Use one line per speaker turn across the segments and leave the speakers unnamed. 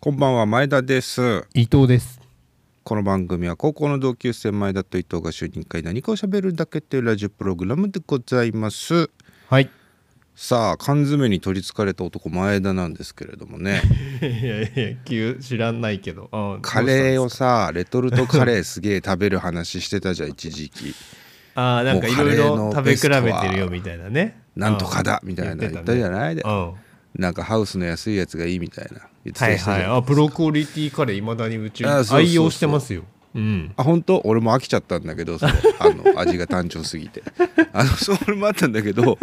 こんばんは前田です
伊藤です。
この番組は高校の同級生前田と伊藤が週に1回何かを喋るだけというラジオプログラムでございます
はい。
さあ缶詰に取りつかれた男前田なんですけれ どもね
いやいや、急知らないけど。あ
カレーを。さレトルトカレーすげえ食べる話してたじゃん一時期
ああ、なんかいろい
も
ろ
うカ
食
レーのベ
べ比べ
ストは
てるよみたいなね。
なんとかだみたいな言ったじゃ
ん。
ないで、
うん。は
なんかハウスの安いやつがいいみたいな言ってた
い
人じゃん
はい。あ、プロクオリティカレー、いまだにうち
あそうそうそう
愛用してますよ。うん。
あ本当俺も飽きちゃったんだけどそのあ の味が単調すぎてあのそれもあったんだけど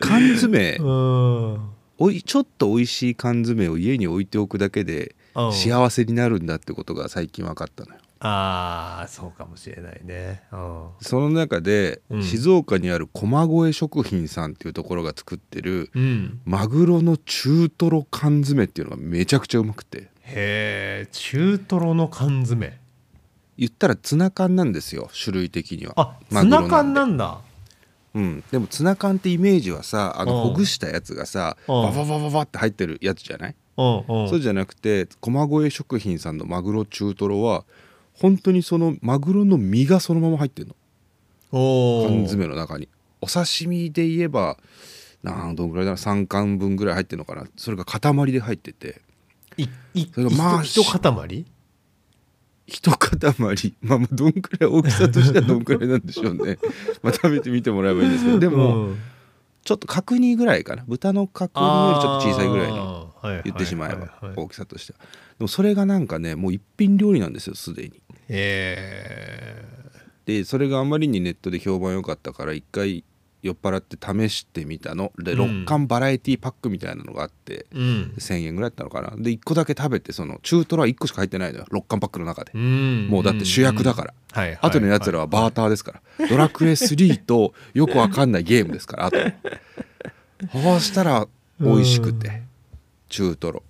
缶詰
うん。
おいちょっと美味しい缶詰を家に置いておくだけで
うん
幸せになるんだってことが最近分かったのよ
ああ、そうかもしれないね。うん。
その中で、
うん
静岡にある駒越食品さんっていうところが作ってる
うん。
マグロの中トロ缶詰っていうのがめちゃくちゃうまくて
へえ、中トロの缶詰。
言ったらツナ缶なんですよ種類的には
あ、
マ
ツ
グロ
ナ缶
で
なんだ。
うん、でもツナ缶ってイメージはさあの
うん
ほぐしたやつがさ
うん
バババババって入ってるやつじゃない
うんうん。
そうじゃなくて駒越食品さんのマグロ中トロは本当にそのマグロの身がそのまま入ってるの
おー
缶詰の中にお刺身で言えばなんどんぐらいだろう3缶分ぐらい入ってるのかなそれが塊で入ってて
い、い、
それがまあ
一塊
一塊 まあまあどんくらい大きさと してはどんくらいなんでしょうねまあ食べてみてもらえばいいんですけどでも、
うん
ちょっと角煮ぐらいかな豚の角煮よりちょっと小さいぐらいの
の
言ってしまえば
はいはいはい
大きさとしてはでもそれがなんかねもう一品料理なんですよすでに
え
でそれがあまりにネットで評判良かったから一回酔っ払って試してみたので
うん
6缶バラエティパックみたいなのがあって、
ーうん
1,000円ぐらいだったのかなで1個だけ食べてその中トロは1個しか入ってないのよ6缶パックの中で、
うん
もうだって主役だから、
ら、はいはい
後のやつらはバーターですから、ドラクエ3とよくわかんないゲームですからあとそうしたら美味しくて。中トロ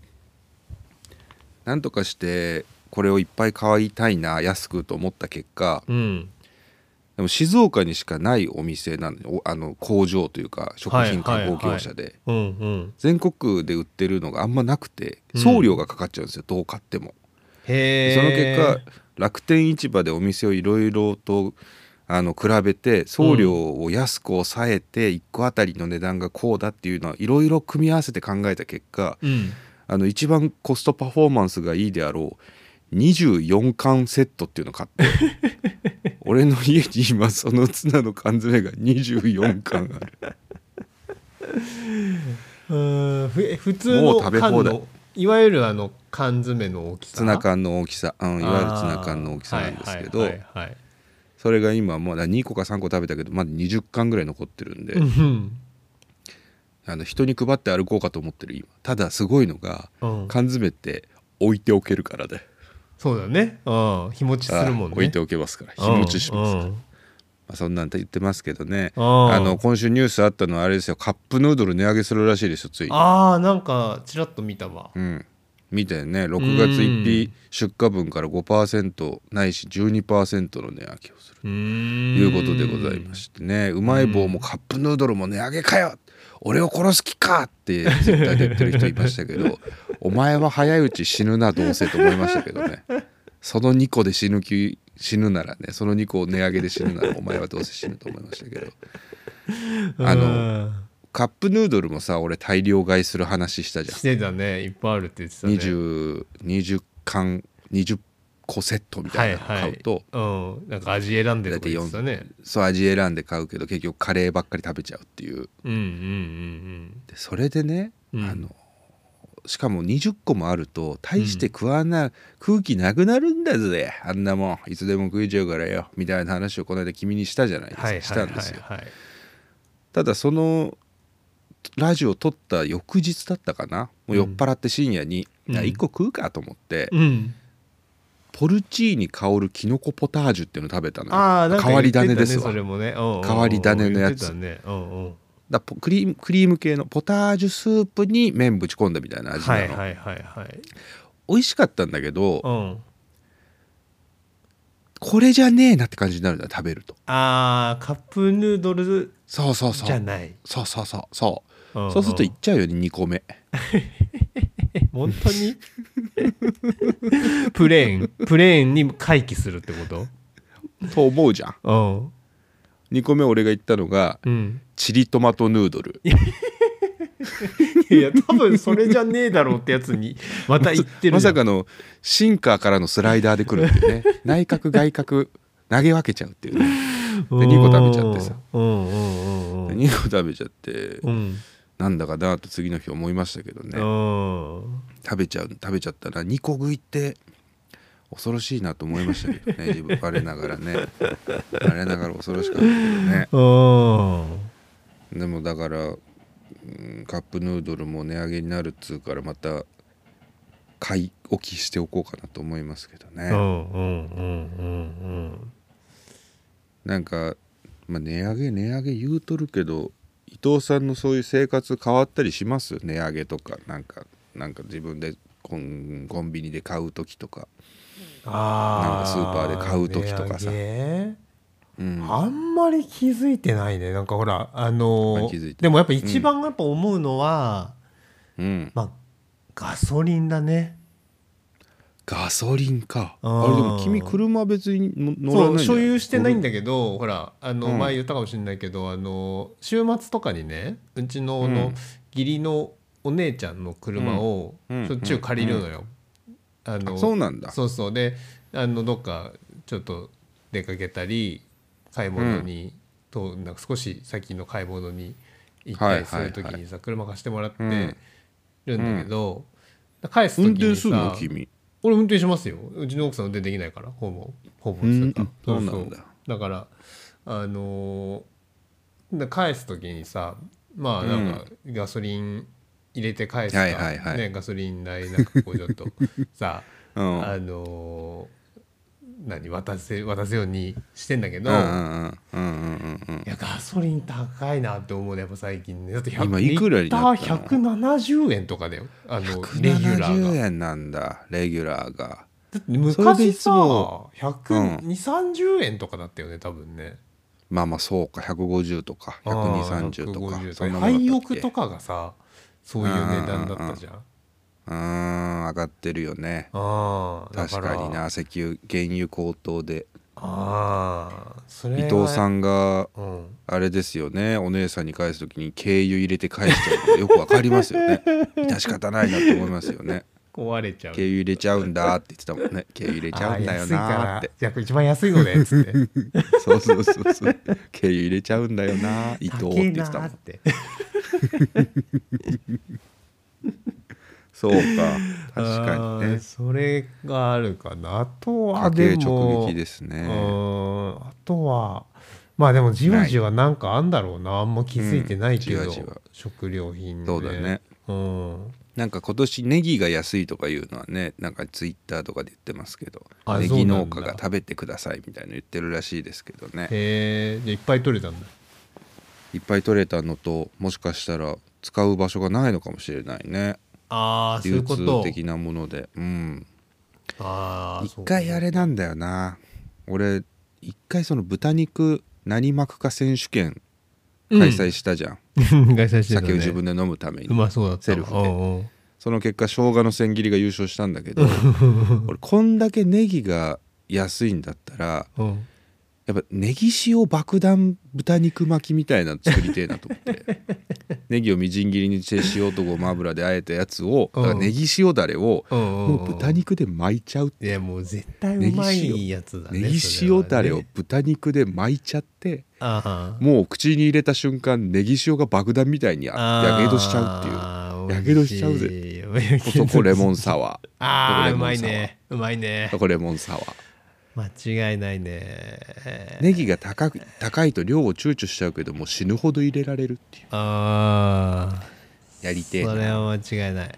なんとかしてこれをいっぱい買いたいな安くと思った結果
うん
でも静岡にしかないお店なんでおあの工場というか食品加工業者で、
うんうん
全国で売ってるのがあんまなくて
うん
送料がかかっちゃうんですよ、どう買っても、
へえ
その結果楽天市場でお店をいろいろとあの比べて送料を安く抑えて1個あたりの値段がこうだっていうのはいろいろ組み合わせて考えた結果、
うん
あの一番コストパフォーマンスがいいであろう24缶セットっていうのを買って 俺の家に今そのツナの缶詰が24缶 ある
うんふえ普通
もう
の
食べ放
缶
題
のいわゆるあの缶詰の大きさ
ツナ缶の大きさ、うん、いわゆるツナ缶の大きさなんですけど、
あーはいはいはいはい
それが今もう2個か3個食べたけどまだ20缶ぐらい残ってるんで、
うん
あの人に配って歩こうかと思ってる今ただすごいのが
うん
缶詰って置いておけるからで、
そうだねうん日持ちするもん
あ
ね
置いておけますから日持ちしますから、
うんうん
まあ、そんなんて言ってますけどね
あー
あの今週ニュースあったのはあれですよカップヌードル値上げするらしいですよついに、
ああなんかちらっと見たわ
うん、見てね6月1日出荷分から5%ないし12%の値上げをする
と
と
い
いうことでございましてねうまい棒もカップヌードルも値上げかよ俺を殺す気かって絶対言ってる人いましたけ どお前は早いうち死ぬなどうせと思いましたけどねその2個で死ぬ気死ぬならねその2個を値上げで死ぬならお前はどうせ死ぬと思いましたけどあの
うん
カップヌードルもさ俺大量買いする話したじゃん
してたねいっぱいあるって言ってたね
20, 20缶20個セットみたいなの
はいは
買
いう
と、
うんなんか味選んでとか言ってたね
そう味選んで買うけど結局カレーばっかり食べちゃうっていう
うんうんうん
でそれでね、
うん
あのしかも20個もあると大して食わな、空気なくなるんだぜあんなもんいつでも食いちゃうからよみたいな話をこの間君にしたじゃないですか、
はい
し
はいは
た
い
んですよ
はい
ただそのラジオ撮った翌日だったかなもう酔っ払って深夜に、
うん
1個食うかと思って、
うん
ポルチーニ香るキノコポタージュっていうの食べたのよ
ああなんか
変わり
言ってた
種
ね
ですわ
それもね変
変わり種のやつ
ねうんうん
だポクリームクリーム系のポタージュスープに麺ぶち込んだみたいな味な
は
の、
いはいはいはい
美味しかったんだけど
うん
これじゃねえなって感じになるんだよ食べると
あーカップヌードル
そうそうそ
じゃ
う
ない
そうそうそうそう
そ
そうするとい
い
っちゃうよね2個目
本 当にプレーンプレーンに回帰するってこと
と思うじゃん
うん
2個目俺が言ったのが
うん
チリトマトヌードル
いや多分それじゃねえだろうってやつにまた言ってる
ま
じゃ
さ
ん
かのシンカーからのスライダーで来るっていう ね内角外角投げ分けちゃうっていうねで二個食べちゃってさ
うんうんうんうん
2個食べちゃって
うん
なんだかなと次の日思いましたけどね
うん
食べちゃう食べちゃったら2個食いって恐ろしいなと思いましたけ どね自分我ながらね我ながら恐ろしかったけどね
うん
でもだから、うんカップヌードルも値上げになるっつうからまた買い置きしておこうかなと思いますけどね、
うんうんうんうん
なんか、まあ、値上げ値上げ言うとるけど伊藤さんのそういう生活変わったりします値上げとかなんかなんか自分でコンコンビニで買う時とか、
あ
なんかスーパーで買う時とかさ
値上げ
うん、
あんまり気づいてないねなんかほらあ
あんま
の
り気づいてない
でもやっぱ一番やっぱ思うのは、
うん、
まあガソリンだね
ガソリンか
う
あ
ん
れでも君車別にの乗ら
そ
な
う
い
所有してないん
だ
だけどほらあの、
うん
前言ったかもしれないけどあの週末とかにねうちのあの、
うん
義理のお姉ちゃんの車を
うん
しょっちゅう借りるのよ。あの
そうなんだ
そうそうであのどっかちょっと出かけたり買い物に、となんか少し先の買い物に行ったりする時
はいはい
にさ、車貸してもらって
うん
るんだけど、返す時
運
に
転す
さ
るの君
俺運転しますようちの奥さん運転できないからほぼほぼ
うん
つうか
そうなんだ
だからあのーで返す時にさまあなんかガソリン入れて返すか、
はいはいはい
ね、ガソリン代なんかこうちょっ とさ
うん
あのー何渡せ渡すようにしてんだけど、
うんう
い
んうんうんうんうん
やガソリン高いなって思うねやっぱ最近ねだって100
今いくらになったの
リッター170円とかだよあのレギュラーが
170円なんだレギュラーが
だって
それで
昔
いつ
さ
もう
120、30円とかだったよね多分ね
まあまあそうか150とか1230とかそんなもんだったっけ
廃屋とかがさそういう値段だったじゃん
うーん上がってるよね
ああだ
確
ら
かにな石油原油高騰で
ああそれ
伊藤さ
ん
んが
うん
あれですよねお姉さんに返す時に軽油入れて返しちゃうのよくわかりますよ ね致し方ないなと思いますよね
壊れちゃう
軽油入れちゃうんだって言ってたもんね軽油入れちゃうんだよなーって
あー安いからじゃあこれ一番安いのでっつって
そうそうそうそう軽油入れちゃうんだよな 伊藤って
高え
言
な
ってたも
ーっ
ん
て
そうか確かに
あー
ね
それがあるかなあとは
家
で
計
も
直撃です
う
ね
ーんあとはまあでもじわじわなんかあんだろうなあんま気づいてないけど、
うんじわじわ
食料品ね
そうだね
うん
なんか今年ネギが安いとかいうのはねなんかツイッターとかで言ってますけど
あ
ネ
そう
ギ
な
農
んだ
家が食べてくださいみたいなの言ってるらしいですけどね
へえじゃあいっぱい取れたんだ
いっぱい取れたのともしかしたら使う場所がないのかもしれないね
ああそうい
流
うこ
通
と
的なものでうん
ああ
一回あ
れ
れなんだよな俺一回その豚肉何膜か選手権開催したじゃん、
外 してたね
酒を自分で飲むために、
うまそうだった
セ
わ
ルフで
うんうん
その結果生姜の千切りが優勝したんだけ ど俺こんだけネギが安いんだったら
うん
やっぱネギ塩爆弾豚肉巻きみたいなの作りてえなと思って ネギをみじん切りにして塩とごま油であえたやつをだからネギ塩だれを
うんうん
もう豚肉で巻いちゃう
いやもう絶対うま
ネギ塩
いやつだね
ネギ
それは
塩
ね
だれを豚肉で巻いちゃって
あ
もう口に入れた瞬間ネギ塩が爆弾みたいにや
あああ
けどしちゃうっていう
う
やけどしちゃうぜ
ぜ
そこレモンサワー
ああ
ここレ
う
モンサワー
まいねうまいね
そこレモンサワー
間違いないね
ネギが高く高いと量を躊躇しちゃうけどもう死ぬほど入れられるっていう
ああ
やりてえ
それ
な
は間違いない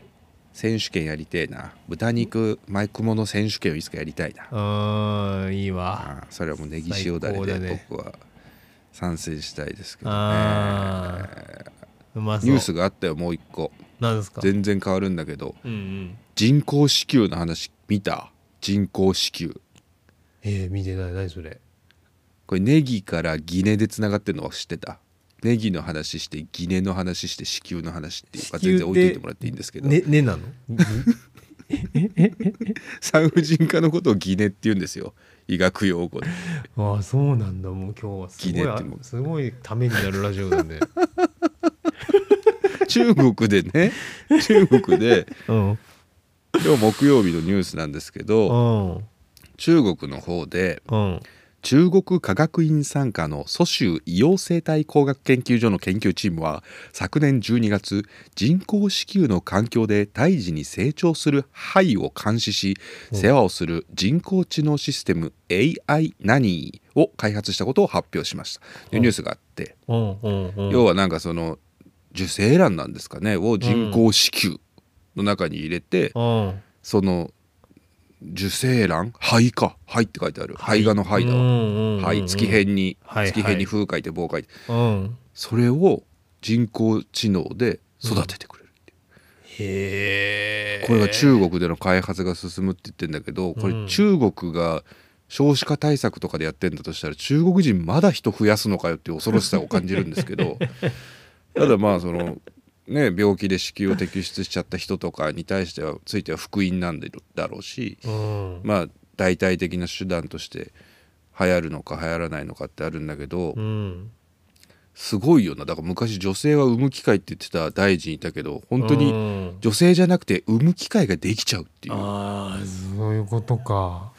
選手権やりてえな豚肉マイクモの選手権をいつかやりたいな
うーんいいわ
ああそれはもうネギ塩だれ
最高だ
で
ね
僕は参戦したいですけどね
あーうまそう
ニュースがあったよもう一個
なんですか
全然変わるんだけど
うんうん
人工子宮の話見た人工子宮
えー、見てない何それ
これネギからギネでつながってるのは知ってたネギの話して疑念の話して子宮の話っていう、まあ
子宮
全然
って
置いといてもらっていいんですけど、
ねねなの
産婦人科のことを疑念って言うんですよ医学用語で
ああそうなんだもう今日はすごい
ギネっ
あ
てもう
すごいためになるラジオだ ね
中国でね中国で
うん
今日木曜日のニュースなんですけ
う
ど
ん
中国の方で
うん
中国科学院傘下の蘇州医療生態工学研究所の研究チームは昨年12月人工子宮の環境で胎児に成長する肺を監視し
うん
世話をする人工知能システム AI ナニーを開発したことを発表しましたというニュースがあって
うんうんうん
要はなんかその受精卵なんですかねを人工子宮の中に入れて
うん
その受精卵肺か肺って書いてある肺がの肺だわ。は、
はい
月辺に、
はい
月辺に風書いて棒書いて
うん
それを人工知能で育ててくれるっていう、
へえ
これが中国での開発が進むって言ってんだけどこ
うん
れ中国が少子化対策とかでやってんだとしたら中国人まだ人増やすのかよっていう恐ろしさを感じるんですけ どただまあそのね病気で子宮を摘出しちゃった人とかに対してはついては福音なんだろうし、
うん
まあ代替的な手段として流行るのか流行らないのかってあるんだけど、
うん
すごいよなだから昔女性は産む機会って言ってた大臣いたけど本当
う
に
ん
女性じゃなくて産む機会ができちゃうっていうす
ああそういうことか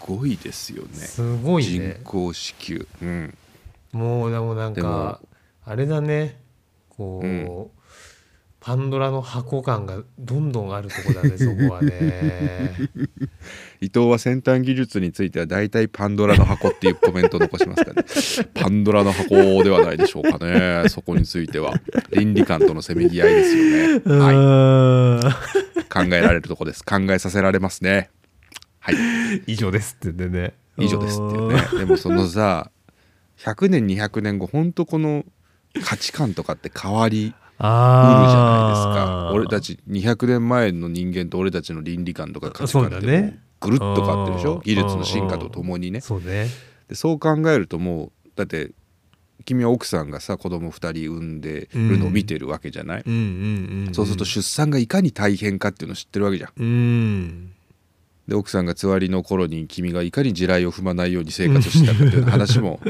ごいですよね
すごいね
人工子宮うん
もうでもなん
でも
かあれだねこう、
うん
パンドラの箱感がどんどんあるとこ だねそこはね
伊藤は先端技術については大体パンドラの箱っていうコメントを残しますからね パンドラの箱ではないでしょうかねそこについては倫理観とのせめぎ合いですよねはい
は
考えられるとこです考えさせられますねはい
い以上ですって言ってね
以上ですっていうねでもそのさ100年200年後ほんとこの価値観とかって変わりうるじゃないですか
あ
俺たち200年前の人間と俺たちの倫理観とか価値観って
そうだね
もうぐるっと変わってるでし
うん
ょ技術の進化とともにね
そうね
でそう考えるともうだって君は奥さんがさ子供2人産んでるのを見てるわけじゃない、
うんうんうん
そうすると出産がいかに大変かっていうのを知ってるわけじゃん
うん
で奥さんがつわりの頃に君がいかに地雷を踏まないように生活してたかっていう話 も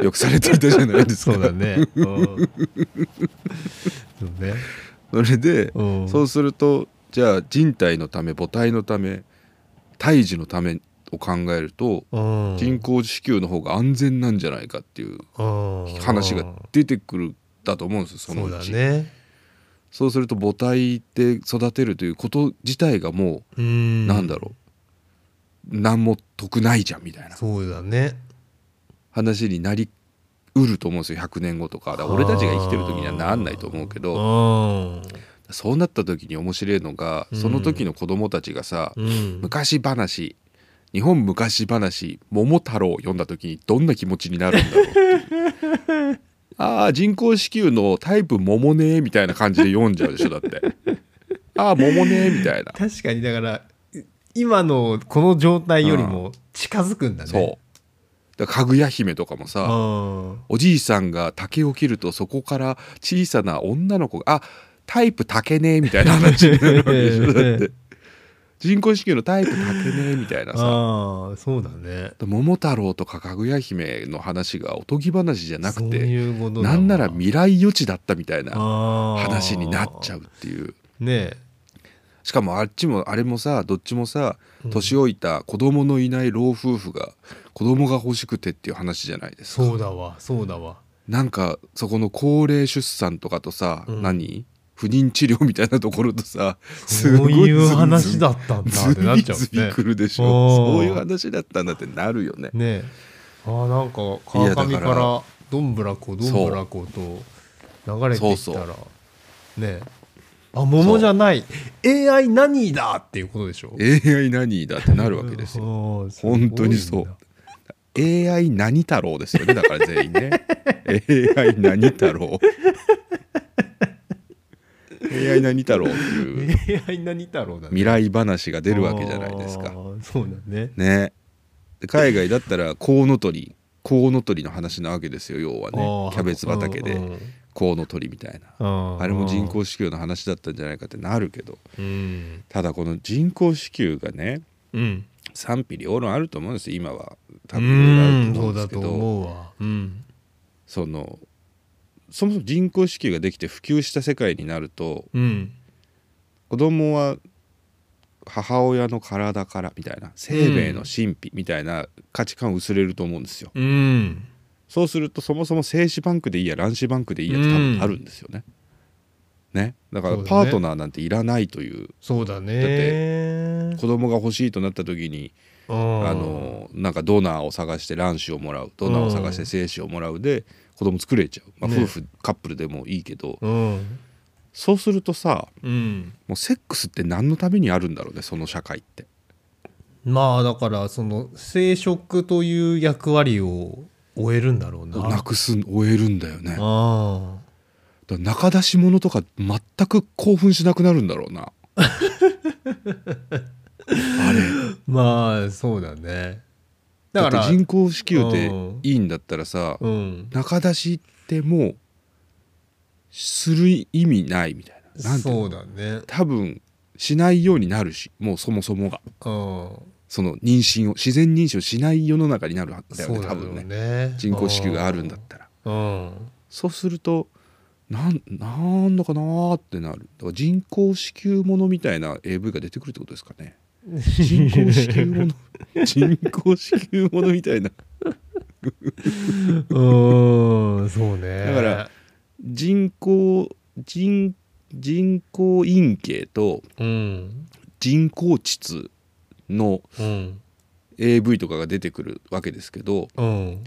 よくされていたじゃないですか。
そうだねうんそうね
それで、
うん
そうするとじゃあ人体のため母体のため胎児のためを考えると
うん
人工子宮の方が安全なんじゃないかっていう
うん
話が出てくるだと思うんですよそ
そ
の
う
う
だ
ち。
ね
そうすると母体で育てるということ自体がも
うん
うなんだろう、何も得ないじゃんみたいな。
そうだね
話になりうると思うんですよ100年後とかだから俺たちが生きてる時にはなんないと思うけ
う
ど
ん
そうなった時に面白いのが
うん
その時の子供たちがさ
うん
昔話日本昔話「桃太郎」を読んだ時にどんな気持ちになるんだろうっていう ああ人工子宮のタイプ「桃ね」みたいな感じで読んじゃうでしょだ ってああ「桃ね」みたいな
確かにだからい今のこの状態よりも近づくんだ ね、
そうだからかぐや姫とかもさ、
うん
おじいさんが竹を切るとそこから小さな女の子が「あタイプ竹ね」みたいな話になるわけで しょだって人工子宮のタイプ竹ねみたいなさ
ああそうだね
桃太郎とかかぐや姫の話がおとぎ話じゃなく
そう
て
いうことだ
なんなら未来予知だったみたいな話
話
になっちゃうっていう
ね
しかもあっちもあれもさどっちもさ
うん
年老いた子供のいない老夫婦が子供が欲しくてっていう話じゃないですか
そうだわそうだわ
なんかそこの高齢出産とかとさ、
うん
何不妊治療みたいなところとさ
そういう話だったんだ
ず
ってなっ
び
ちゃう
ず
ね
びくるでしょ
うん
そういう話だったんだってなるよね
ねあーなんか
いや
川
だ
上
か
かららどんぶらこどんぶらこと流れてき
そ
た
う
ら
そ
ねあ桃じゃない AI 何だっていうことでしょ
AI 何だってなるわけですよ
よ
本当にそう AI 何太郎ですよねだから全員ね AI 何太郎 AI 何太郎っていう
AI 何太郎だね
未来話が出るわけじゃないですか
あーそうだね
ねで海外だったらコウノトリコウノトリの話なわけですよ要は
あー
ねキャベツ畑で
うんうん
コウノトリみたいな
あー
あれも人工支給の話だったんじゃないかってなるけど
うん
ただこの人工支給がね
うん
賛否両論あると思うんですよ今は多
うん
分
そ
そううで
だ
すけ
と
ど
思うわうん
そのそもそも人工支給ができて普及した世界になると
うん
子供は母親の体からみたいな生命の神秘みたいな価値観を薄れると思うんですよ、
うん
そうするとそもそも精子バンクでいいや卵子バンクでいいやって多分あるんですよね、ねだから
そうだ
パ
ね
ートナーなんていらないという
そうだね
子供が欲しいとなった時に
あ
あ
の
のなんかドナーを探して卵子をもらうドナーを探して精子をもらうで子供作れちゃう、まあ、
ね
夫婦、カップルでもいいけど
うん
そうするとさ
うん
もうセックスって何のためにあるんだろうねその社会って。
まあだからその生殖という役割を終えるんだろうな
なくす終えるんだよねだか
あ
ら中出し物とか全く興奮しなくなるんだろうなあれ
あまあそうだねだ
だ
から
って人工支給で
うん
いいんだったらさ、
うん
中出しってもうする意味ないみたいななんていうの
そうだね
多分しないようになるしもうそもそもが
うん
その妊娠を自然妊娠をしない世の中になるはずだよ
そう
ね
だ
多
ろ
分
う
ね
ね
人工支給があるんだったら
うん
そうするとなんなんだかなーってなるだから人工支給ものみたいな AV が出てくるってことですかね人工支給もの人工支給ものみたいな
うんそうね
だから人工人人工陰茎と
うん
人工膣の
うん
AV とかが出てくるわけですけど
うん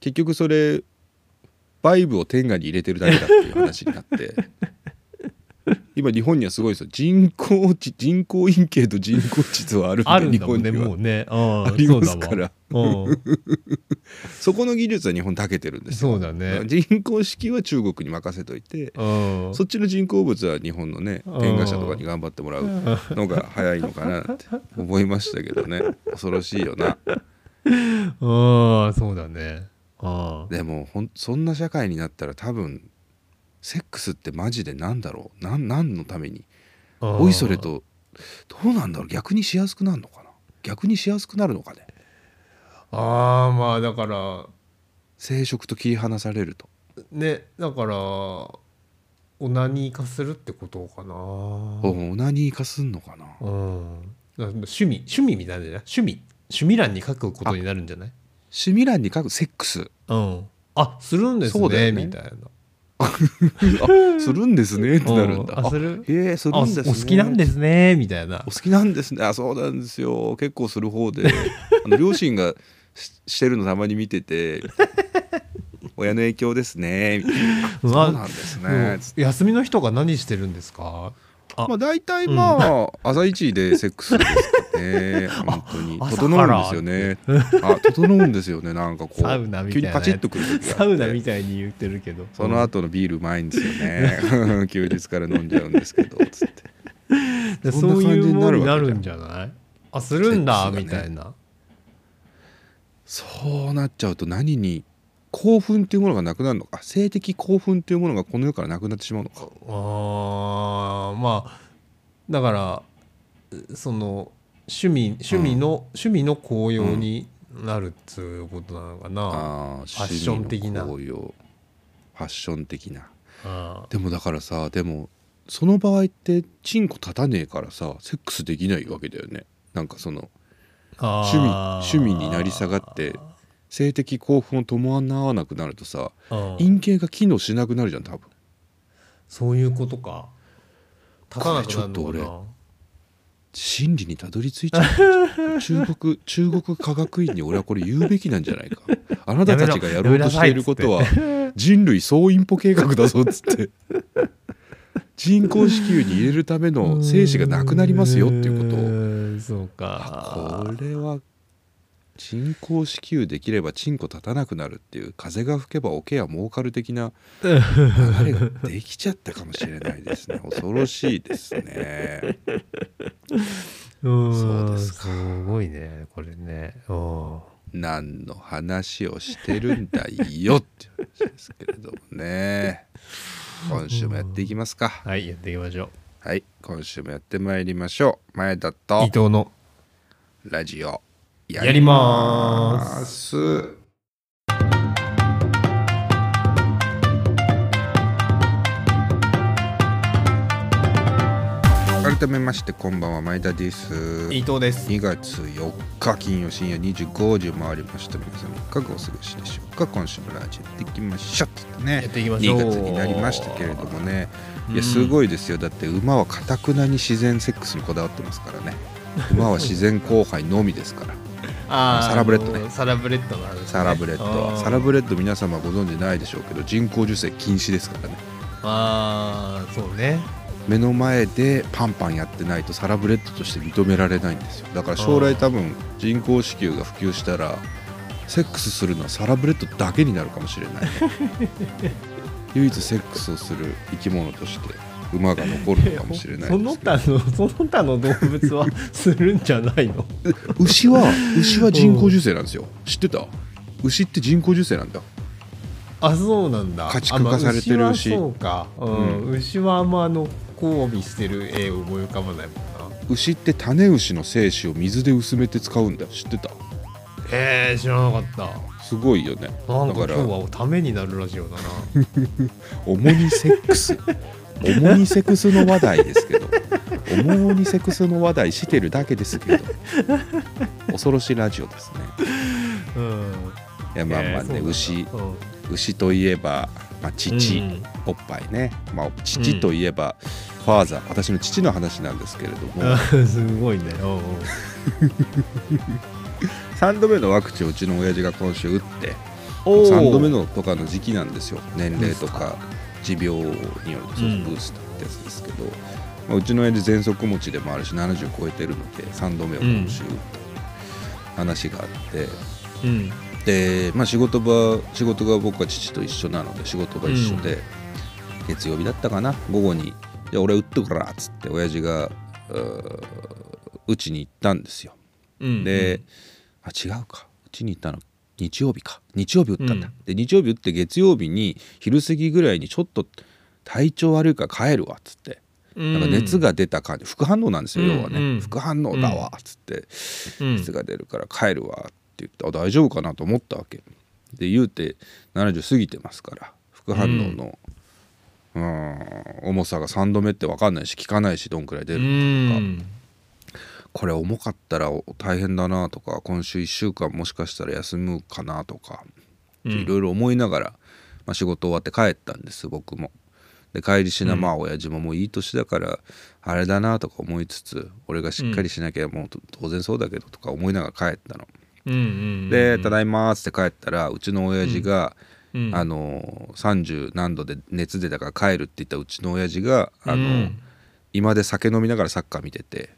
結局それバイブを天下に入れてるだけだっていう話になって 今日本にはすごいですよ人工知人工陰茎と人工膣はあるんで
あるんだもん
日
ね
本には
もうねあ
ありますから
うん
そこの技術は日本長けてるんですよ
そうだ ね
人工式は中国に任せといて
うん
そっちの人工物は日本のね
うん
天下者とかに頑張ってもらうのが早いのかなって思いましたけど ね恐ろしいよな
ああそうだねああ
でもほんそんな社会になったら多分セックスってマジでなんだろうなん何のためにおいそれとどうなんだろう逆にしやすくなるのかな逆にしやすくなるのかね
ああまあだから
生殖と切り離されると
ねだからオナニー化するってことか
お
な
オナニー化すんのかな
うんだから趣味趣味みたいなんじゃない趣味趣味欄に書くことになるんじゃない
趣味欄に書くセックス
うんあするんです
そうだ
ね
よね
みたいな
あするんですねってなるんだ
うあ
あ
する
へえする
あ
ん
お
ですね
好きなんですねみたいな
お好きなんですねあそうなんですよ結構する方 であの両親がししてるのたまに見てて親の影響ですねみたいなあ
う
そ
わ
うなんです
う
ね
ん休みの日とか何してるんですかあ
まあ大体まあ、朝一でセックスですか ね本当に
朝
整うんですよねあ整うんですよねなんかこう
サウナみ
急
たいな
に
やつ
パチッとくる時があって
サウナみたいに言ってるけど
その後のビールうまいんですよね 休日から飲んじゃうんですけどつって
で
そんな
そうい
感
う
じに
も
な
の
る
に
わけ
な
じゃん
るんじゃないあするん
セ
だ、
ックス
み
がね
たいな
そうなっちゃうと何に興奮っていうものがなくなるのか性的興奮っていうものがこの世からなくなってしまうのか
あーまあだからその趣味趣味の、趣味の紅葉になるっつうことなのかな、あ
あー
ファッション的な
趣味の高揚ファッション的な
あ
でもだからさでもその場合ってチンコ立たねえからさセックスできないわけだよねなんかその趣味
あ
趣
ー
味になり下がって性的興奮を伴わなくなるとさ
うん
陰茎が機能しなくなるじゃん多分
そういうことか立たな
こ
くなる
れちょっと
の
真理にたどり着いちゃ う中国中国科学院に俺はこれ言うべきなんじゃ ないかあなたたちがやろうとしていることは人類総インポ計画だぞっつって人工子宮に入れるため
かな
の精子がなくなりますよっていうことを
うことそう
あ
か
これは人工支給できればチンコ立たなくなるっていう風が吹けば桶や儲かる的 な流れができちゃったかもしれないですね恐ろしいですね
うん
そうですか
すごいねこれねうん
何の話をしてるんだよっていう話ですけれども ね今週もやっていきますか
はいやっていきましょ
はい今週もやってまいりましょう前田と
う伊藤の
ラジオや
やります
改めましてこんばんは前田です
伊藤です
2月4日金曜深夜25時を回りました皆さんいかがお過ごしでしょうか今週もラジオやっていきましょうってね
やっていきましょ
2
う
月になりましたけれどもねい
うん
やすごいですよだって馬はかたくなに自然セックスにこだわってますからね馬は自然交配のみですから
あー
サラブレッドね
あのサラブレッドの話、ね、
サラブレッドはサラブレッド皆様ご存知ないでしょうけど人工授精禁止ですからね
ドああそうね
目の前でパンパンやってないとサラブレッドとして認められないんですよだから将来多分人工子宮が普及したらセックスするのはサラブレッドだけになるかもし れない、ね唯一セックスをする生き物として馬が残るのかもしれない
そ
で
の
すけど
他の その他の動物はするんじゃないの
牛は牛は人工授精なんですよ知ってた牛って人工授精なんだ
あそうなんだ
家畜化されてるし
あまあ牛はそうか、うん牛はあんまあの交尾してる絵を思い浮かばないもんな
牛って種牛の精子を水で薄めて使うんだよ知ってた
えー、知らなかった
すごいよね
なん
だ
か
から
今日はためになるラジオ だな
主にセックス主にセックスの話題ですけど主にセックスの話題してるだけですけど恐ろしいラジオですね
うん
いやまあまあね、
えーそう
牛
なんだうん
牛といえば、まあ、父、
うん
おっぱいね、まあ、父といえば、ファーザー私の父の話なんですけれども、
あ すごいねうんうん
3度目のワクチンをうちの親父が今週打って
おー
3度目のとかの時期なんですよ年齢とか持病によるそううんブースターってやつですけど、うまあ、うちの親父喘息持ちでもあるし70超えてるので3度目を今週打った話があって、
うん
で、まあ、仕事場仕事が僕は父と一緒なので仕事場一緒で、月曜日だったかな午後に「じゃあ俺打ってくら」っつって親父がうーうちに行ったんですよ。
うん
で、あ違うかうちに行ったの日曜日か日曜日打ったんだ、
うん
で日曜日打って月曜日に昼過ぎぐらいにちょっと体調悪いから帰るわっつって
うん
なんか熱が出た感じ副反応なんですよ、
うん
要はね、
うん
副反応だわっつって、
うん
熱が出るから帰るわって言ってあ大丈夫かなと思ったわけで言うて70過ぎてますから副反応の、うーん重さが3度目って分かんないし効かないしどんくらい出
う
る
ん
これ重かったらお大変だなとか今週1週間もしかしたら休むかなとか
うん
いろいろ思いながら、まあ、仕事終わって帰ったんです僕も。で帰りしな、まあ親父ももういい年だからあれだなとか思いつつ俺がしっかりしなきゃもうと当然そうだけどとか思いながら帰ったの。
うんうん
で「ただいま」っつって帰ったらうちの親父が、
うん
あの30何度で熱出たから帰るって言ったうちの親父があの、
うん
今で酒飲みながらサッカー見て て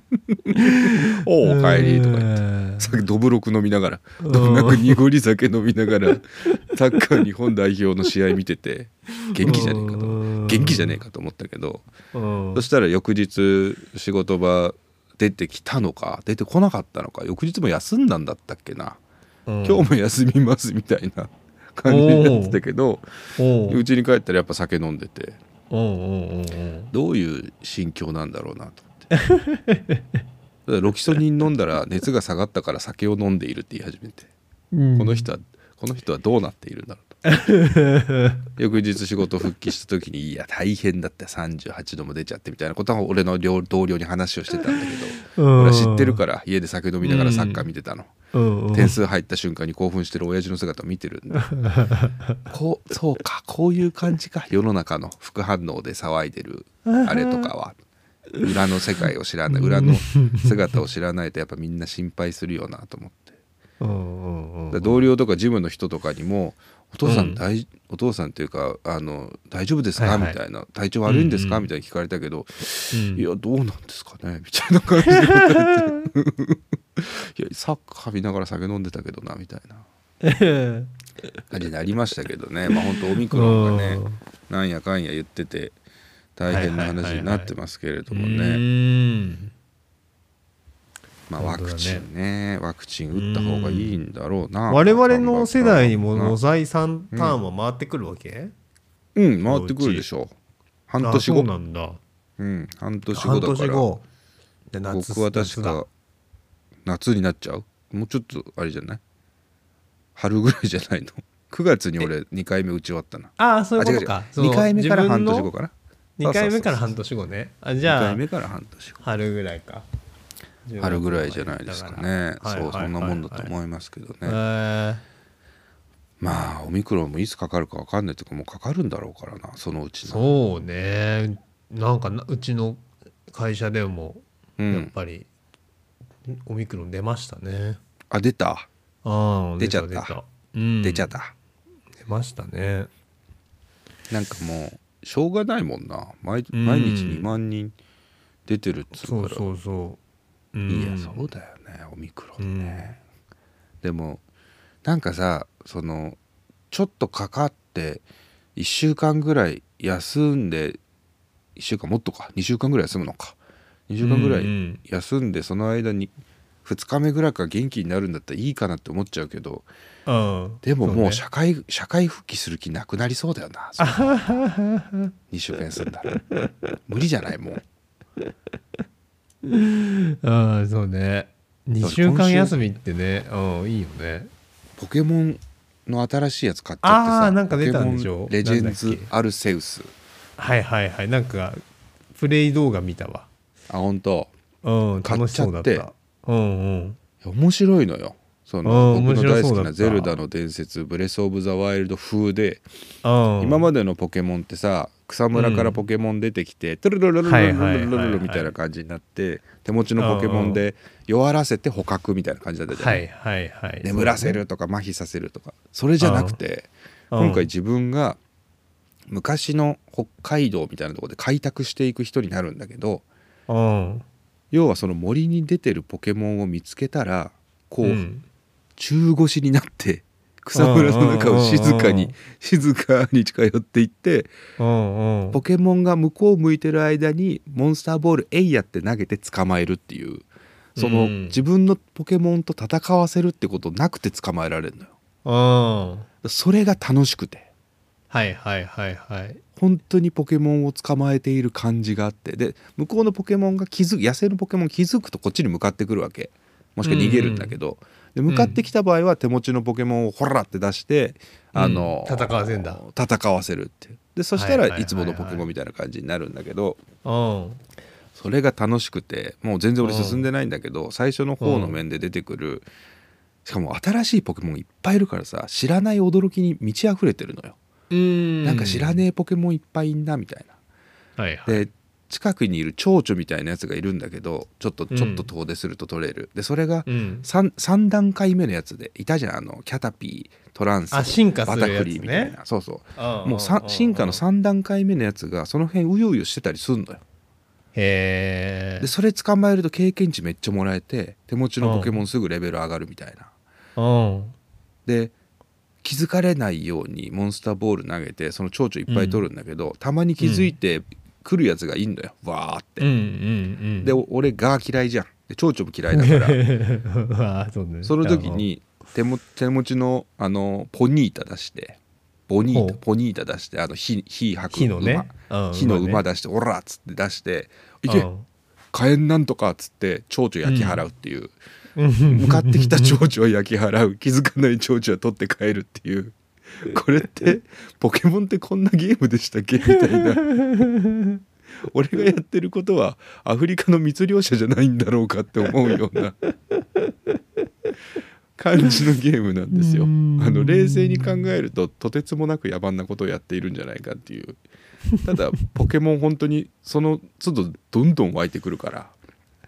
「おおお帰り」とか言って。
うん
酒どぶろく飲みながら
うん
どんなく濁り酒飲みながらサッカー日本代表の試合見てて元気じゃねえかと
うん
元気じゃねえかと思ったけど
うん
そしたら翌日仕事場出てきたのか出てこなかったのか翌日も休んだんだったっけな
うん
今日も休みますみたいな感じになってたけど
おう
うちに帰ったらやっぱ酒飲んでて
おうおうおうおう
どういう心境なんだろうなと思ってロキソニン飲んだら熱が下がったから酒を飲んでいるって言い始めて
うん
この人はこの人はどうなっているんだろう と翌日仕事復帰した時にいや大変だった38度も出ちゃってみたいなことは俺の両同僚に話をしてたんだけど
うん
俺は知ってるから家で酒飲みながらサッカー見てたの。
うんうん
点数入った瞬間に興奮してる親父の姿を見てるん でこうそうかこういう感じか世の中の副反応で騒いでるあれとかは裏の世界を知らない裏の姿を知らないとやっぱみんな心配するよなと思って
うんうんうん
だから同僚とかジムの人とかにも「お父さん大、お父さんっていうかあの大丈夫ですか
はいはい
みたいな「体調悪いんですか
うんうん
みたいに聞かれたけど「
うん
いやどうなんですかね」みたいな感じで答 えて「いやサッカー見ながら酒飲んでたけどな」みたいな感じになりましたけどねまあ本当オミクロンがね
うん
なんやかんや言ってて大変な話になってますけれどもね。
うん
まあ、
本
ワ
当だね
クチンねワクチン打った方がいいんだろうな
我々の世代にも
う
野菜3ターンは回ってくるわけ、
うん回ってくるでしょう半
あ
年
そ
後
うなんだ
うん半年後
半
だか
年
ら
後で夏
僕は確
夏だ
か夏になっちゃうもうちょっとあれじゃない春ぐらいじゃないの9 月に俺2回目打ち終わったな
ああそういうこと
あ
か
違う違う2回目から半年後
か
かな
2回目か
そう
ら
そうそう
半年後ねあ
二
じゃ
回
あ
目から半年後
春ぐらいか
春ぐらいじゃないですかね
だから
そうそんなもんだと
はいはいはいはい
思いますけど
え
ねまあオミクロンもいつかかるかわかんないというかもうかかるんだろうからなそのうち
ー
の
そうねなんかなうちの会社でも
う
やっ
ん
ぱりオミクロン出ましたね
あ出た
ああ
出ちゃった
うん
出ちゃった
出ましたね
なんかもうしょうがないもんな毎
うん
毎日2万人出てるっつ
そうう
から
そうそう、うん
いやそうだよねオミクロンね、でもなんかさそのちょっとかかって1週間ぐらい休んで1週間もっとか2週間ぐらい休むのか2週間ぐら
うんう
い
ん
休んでその間に2日目ぐらいから元気になるんだったらいいかなって思っちゃうけど
うん
でももう
そ
社会社会復帰する気なくなりそうだよなその2週 間休んだら無理じゃないもう
うねうんそうね2週間休みってねうんいいよね
ポケモンの新しいやつ買っちゃってさ
あーなんか出たんでしょ
ポケモンレジェン
なん
ズ
だっ・け
アルセウス
はいはいはいなんかプレイ動画見たわ
あ本当
うん
買
楽
っ
し
ちゃ
そうだ
っ
ってたうんうん
面白いのよそ
あ
の
ー
僕の大
面白そ
好き
うだっ
な「
た
ゼルダの伝説ブレス・オブ・ザ・ワイルド」風で、
うん
今までのポケモンってさ草むらからポケモン出てきて、トゥルルルルルルルルルルルみたいな感じになって手持ちのポケモンで弱らせて捕獲みたいな感じだったじゃん、
はいはいはい
眠らせるとか麻痺させるとかそれじゃなくて
うんうん
今回自分が昔の北海道みたいなところで開拓していく人になるんだけど
うん
要はその森に出てるポケモンを見つけたらこう、
うん
中腰になって草むらの中を静か
うんうんうんう
に
ん
静かに近寄っていって
うんうん
ポケモンが向こう向いてる間にモンスターボール「えいや!」って投げて捕まえるっていうその、
うん
自分のポケモンと戦わせるってことなくて捕まえられるのよ。
うん
それが楽しくて
はいはいはいはい
本当にポケモンを捕まえている感じがあってで向こうのポケモンが気づく野生のポケモン気づくとこっちに向かってくるわけもしくは逃げるんだけど、で向かってきた場合は手持ちのポケモンをほらって出して、
うん
あの
戦わせんだ
戦わせるっていうでそした
はいはい
ら
はいはい
いつものポケモンみたいな感じになるんだけど、
うん
それが楽しくてもう全然俺
うん
進んでないんだけど、最初の方の面で出てくる、しかも新しいポケモンいっぱいいるからさ知らない驚きに満ち溢れてるのよ。
うん
なんか知らねえポケモンいっぱいいんなみたいな。
はいはい
で近くにいる蝶々みたいなやつがいるんだけどちょっとちょっと遠出すると取れる、でそれが
うん、
3, 三段階目のやつでいたじゃんあのキャタピートランス
あ進化す
バ
る
タ
やつね
フリーみたいなそうそうもうさ
さ
進化の3段階目のやつがその辺うようよしてたりすんのよ
へえ
でそれ捕まえると経験値めっちゃもらえて手持ちのポケモンすぐレベル上がるみたいな
うん
で気づかれないようにモンスターボール投げてその蝶々いっぱい取るんだけど、たまに気づいて来るやつがいんのよわーって
うんうんうん
でお俺が嫌いじゃんで蝶々も嫌いだから
あーそうね
その時に手も手持ちのあのポニータ出してボニータ
ほう
ポニータ出してあの火火吐く
火
馬
のねうん
火の馬
ね
出して「オラ!」っつって出して「いうけ
ん
火炎なんとか」っつって蝶々焼き払うっていう、
うん
向かってきた蝶々を焼き払う気づかない蝶々は取って帰るっていうこれってポケモンってこんなゲームでしたっけみたいな俺がやってることはアフリカの密漁者じゃないんだろうかって思うような感じのゲームなんですよ。あの冷静に考えるととてつもなく野蛮なことをやっているんじゃないかっていうただポケモン本当にその都度どんどん湧いてくるから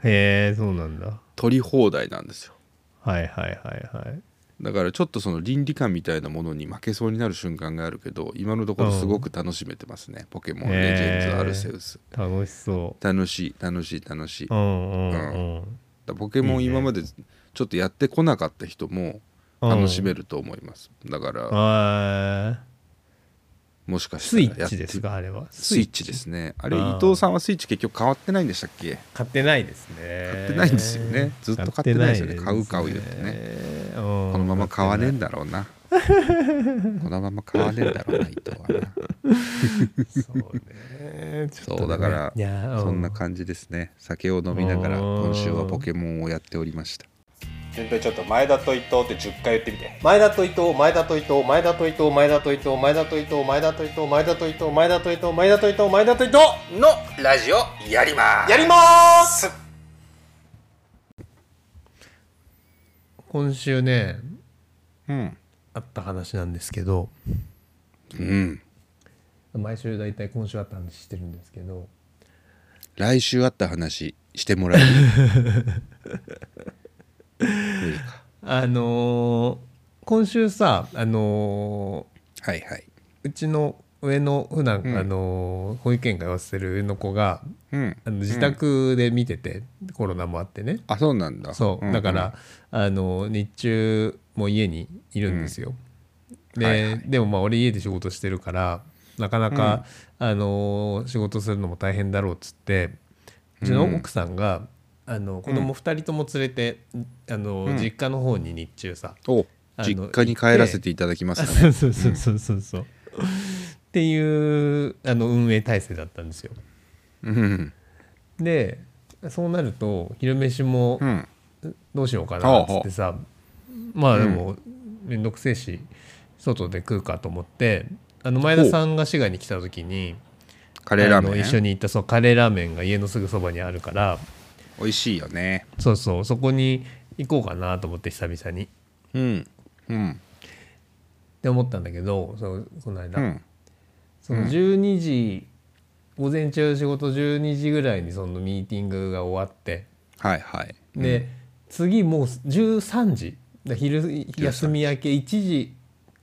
へえそうなんだ
取り放題なんですよ。
はいはいはいはい
だからちょっとその倫理観みたいなものに負けそうになる瞬間があるけど今のところすごく楽しめてますね、ポケモンレジェンズアルセウス、
楽しそ
楽しい楽しい楽しいう
う
だか
んうんうん
らポケモン今までちょっとやってこなかった人も楽しめると思います、だから
あ
もしかした
ス
ら
イ
やって
ッチですかあれは
スイッチですねあれ
あー
伊藤さんはスイッチ結局変わってないんでしたっけ
買ってないですね
買ってないんですよねずっと買ってないですよね買う買う言ってね
ね
こ
こ
のまま買わねえんだろう なこのまま買わねえんだろうな伊藤はな
そうねちょっとね
そうだから
いや
そんな
じ
感じですね酒を飲みながら
うん
今週はポケモンをやっておりました
全体ちょっと前田と伊藤って10回言ってみて前田と伊藤前田と伊藤前田と伊藤前田と伊藤前田と伊藤前田と伊藤前田と伊藤前田と伊藤前田と伊藤前田と伊藤
のラジオやりま
やります今週ね
うん
あった話なんですけど
うん
毎週だいたい今週あった話してるんですけど
来週あった話して もらえる無理か
あのー今週さあの
はいはいう
ーうちの上の普段、
うん
あのー保育園通わせてる上の子が
うん
あの自宅で見てて、コロナもあってね
あそうなんだ
そう、
ん
だからあの日中も家にいるんですよ、で、
はいはい
でもまあ俺家で仕事してるからなかなか、あの仕事するのも大変だろうっつってうちの奥さんが、あの子供2人とも連れて、あの
うん
実家の方に日中さ、
お
あの
実家に帰らせていただきますか
そ
ね
う そうそうそうそうそうっていうあの運営体制だったんですよ
うん
でそうなると昼飯も
うん
どうしようか
ほ
な
う
っ
ほう
つってさまあでも面倒くせえし外で食うかと思ってあの前田さんが滋賀に来た時に
カレーラ
あ
ー
の
メン
一緒に行ったそうカレーラーメンが家のすぐそばにあるから
美味しいよね
そうそうそこに行こうかなと思って久々にっ
うんうん
て思ったんだけどそうこの間、
うん
その12時午前中仕事12時ぐらいにそのミーティングが終わって
はいはい
で、次もう13時だ昼休み明け1時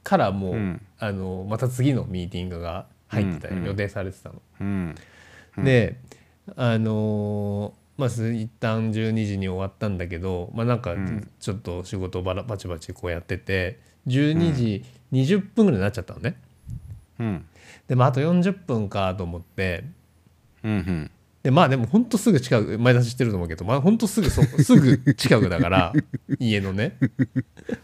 からもう、
うん
あのまた次のミーティングが入ってたよ、
うんうん
予定されてたの。
うん
であのーまあす一旦12時に終わったんだけどまあなんか
ん
ちょっと仕事バラバチバチこうやってて12時20分ぐらいになっちゃったのね。
うん
でまああと40分かと思って
うんうん
でまあでもほんとすぐ近く前出ししてると思うけどまあほんとすぐそすぐ近くだから 家のね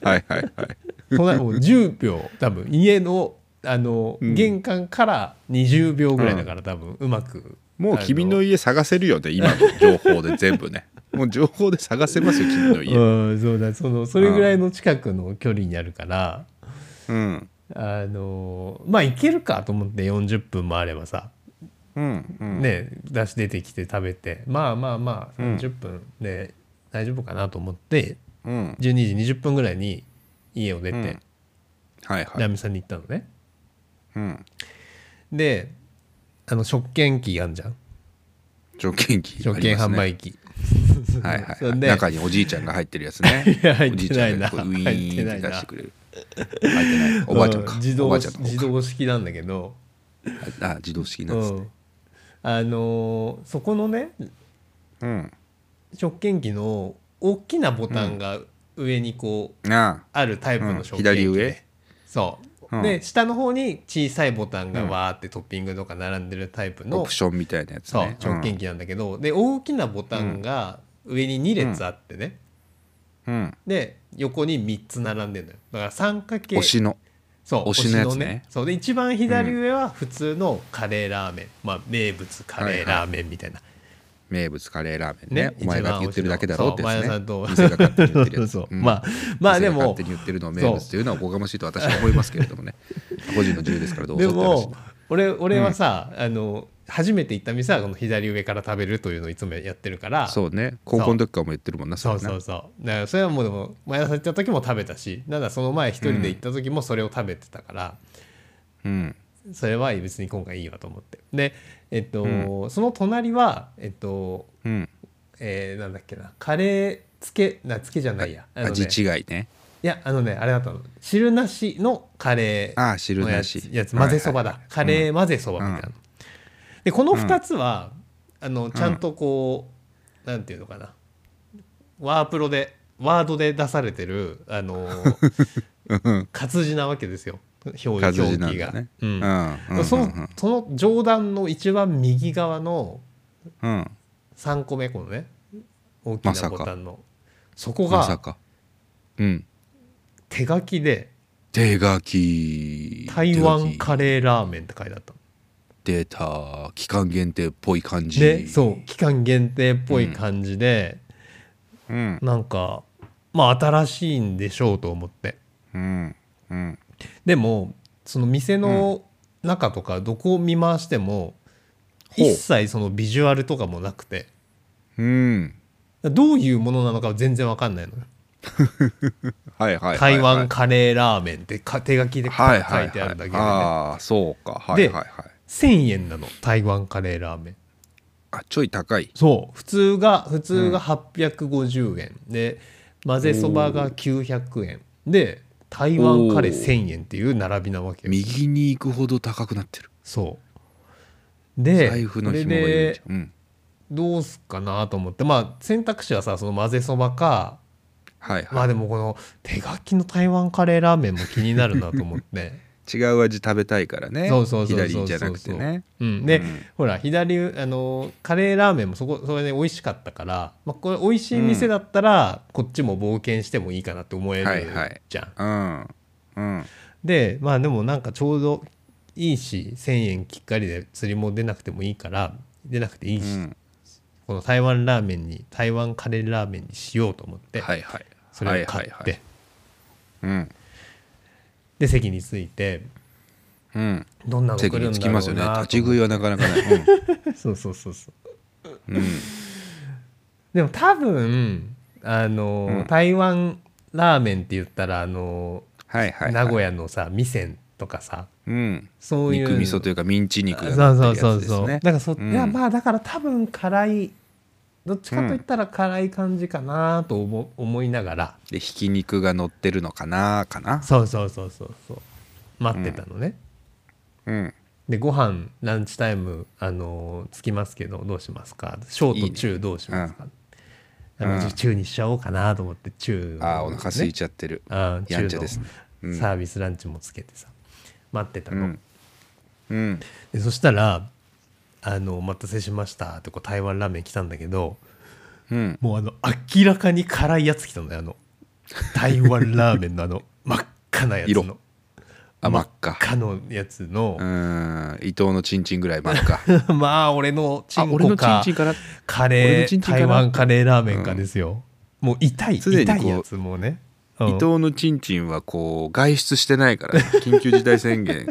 はいはいはい
隣もう10秒多分家のあの、玄関から20秒ぐらいだから多分うまく
もう君の
家
家探せるよね今の情報で全部 ねもう情報で探せますよ君の家
うんそうだそのそれぐらいの近くの距離にあるから、
うん
あのまあ行けるかと思って40分もあればさ、
うんうん
ね出汁出てきて食べてまあまあまあ30分で大丈夫かなと思って
うん
12時20分ぐらいに家を出て、
うんはいは
ラー
い
メン屋さんに行ったのね
うん
であの食券機あんじゃん
条件機
食券販売機、
機はいはい
そ
は
ん
い
で
中におじいちゃんが入ってるやつね
いや 入ってない
おじいちゃんが
な
こうウィ
入っ
ー
て
ンっ
ない
て
な
出してくれる入ってないおばあちゃん
う
か
自
お
動
ばあちゃんの
自
方か
動式なんだけど、
あ自動式な
うん
ですね
ん、あのーそこのね
うん
食券機の大きなボタンが上にこう
あ
あるタイプ
うん
の食券機、
左上
そう、
うん
で下の方に小さいボタンがわーってトッピングとか並んでるタイプ
あオ
の
プションみたいなやつ
そう
ね
食券機なんだけど、で大きなボタンが上に2列あってね、
うんうん
で横に3つ並んでるのよだから三角形
推しの
そう
推しのやつね
そうで一番左上は普通のカレーラーメン、まあ名物カレーラーメンみたいな、
名物カレーラーメンねお
一
前
番
が言ってるだけだろうって
そう
やつ
前田さ
ね
んと
店が勝手に言ってるやつ
そうそう
うん
まあまあで
店が
も
勝手に言ってるのを名物というのはおこがましいと私は思いますけれどもね個人の自由ですからどう
で
ぞって話
も俺俺はさ、あの初めて行った店はこの左上から食べるというのをいつもやってるから
そうね高校の時からも言ってるもんな
そう
れな
そうそうだからそれはもうでも前田さん行った時も食べたしなんだその前一人で行った時もそれを食べてたから、
うん
それは別に今回いいわと思ってでえっと、その隣はえっと
うん
えー、なんだっけなカレーつけなつけじゃないやあのね
味違いね
いやあのねあれだったの汁なしのカレー
ああ汁
のや
な
つ
し
やつ混ぜそばだ、
はいはい
カレー混ぜそばみたいな、
うん
でこの2つは、あのちゃんとこう、なんていうのかなワー プロでワードで出されてるあの活字なわけですよ表
活
記
字な
表
ん
記
だ
が、
ね
う
うん
ん
うん
そのその上段の一番右側の
うんうん
3個目このね大き
まさ
な
か
ボタンの、そこ
まさ
が
かうん
手書きで
手書き
「台湾
か
カレーラーメン」って書いてあったの
データ期間限定っぽい感じ
でそう期間限定っぽい感じで、
うん
なんかまあ新しいんでしょうと思って
うんうん
でもその店の中とかどこを見回しても、
ほう
一切そのビジュアルとかもなくて
うん
どういうものなのか全然わかんないのよ
はいはいはいはい
台湾カレーラーメンってか手書きで書
はいはいはい
いてあるだけでね、
ああそうかはい
で
はいはい
1000円なの台湾カレーラーメン
あちょい高い
そう普通が普通が850円、で混ぜそばが900円で台湾カレー1000円っていう並びなわけよ
右に行くほど高くなってる
そうで
財布の
これ
紐が緩いじ
で
ゃんうん
どうすっかなと思ってまあ選択肢はさその混ぜそばか
はい
ま
は
あでもこの手書きの台湾カレーラーメンも気になるなと思って、
い違う味食べたいからね
そうそうそうそうそ
左
う
じゃなくてね
うん、で、
うん
ほら左あのカレーラーメンもそこそれで美味しかったから、まあ、これ美味しい店だったら、こっちも冒険してもいいかなって思えるじゃん、
はいはいうんうん
でまあでもなんかちょうどいいし1,000円きっかりで釣りも出なくてもいいから出なくていいうし、
ん
この台湾ラーメンに台湾カレーラーメンにしようと思って、
はいはい
それを買って、
はいはいはいうん
で席に着いて
うん
どんなの来
席
る
に
ん
つ
だ
き
ろうな
ます
と
よね
思っ
立
て
ち食いはなかなかない
そうそうそうそう
うんうん
でも多分あの、
うん
台湾ラーメンって言ったらあの、
はいはいはい
名古屋のさ店とかさ
うん
そういう
肉味噌というかミンチ肉
そう
が
そ
乗っ
う
てる
そ
やつですね
うそうだからそ、
うん
いやまあだから多分辛いどっちかといったら辛い感じかなと思,、思いながら
でひき肉が乗ってるのかなかな
そうそうそうそうそう待ってたのね、
うん
でご飯ランチタイムあの着きますけどどうしますか小と中どうしますか
うん
あの
うん
中にしちゃおうかなと思って中
あーお
のね
腹空いちゃってる
あー
やんちゃですね
中
う
の
ん
サービスランチもつけてさ待ってた
う
の、
んうん
でそしたら「あのお待たせしました」ってこう台湾ラーメン来たんだけど
うん
もうあの明らかに辛いやつ来たのよ あの台湾ラーメンのあの真っ赤なやつの
色あ真っ赤
赤のやつの
う、ん伊藤のチンチンぐらい真っ赤
まあ俺のチ
あ
ン
俺
コ
のチン
か
チンから
カ
俺
レ
のチ
ー
ンチンかな
台湾カレーラーメンかですよ、もう痛い
常にこう
痛いやつもうね、うん
伊藤のチンチンはこう外出してない から、ね、緊急事態宣言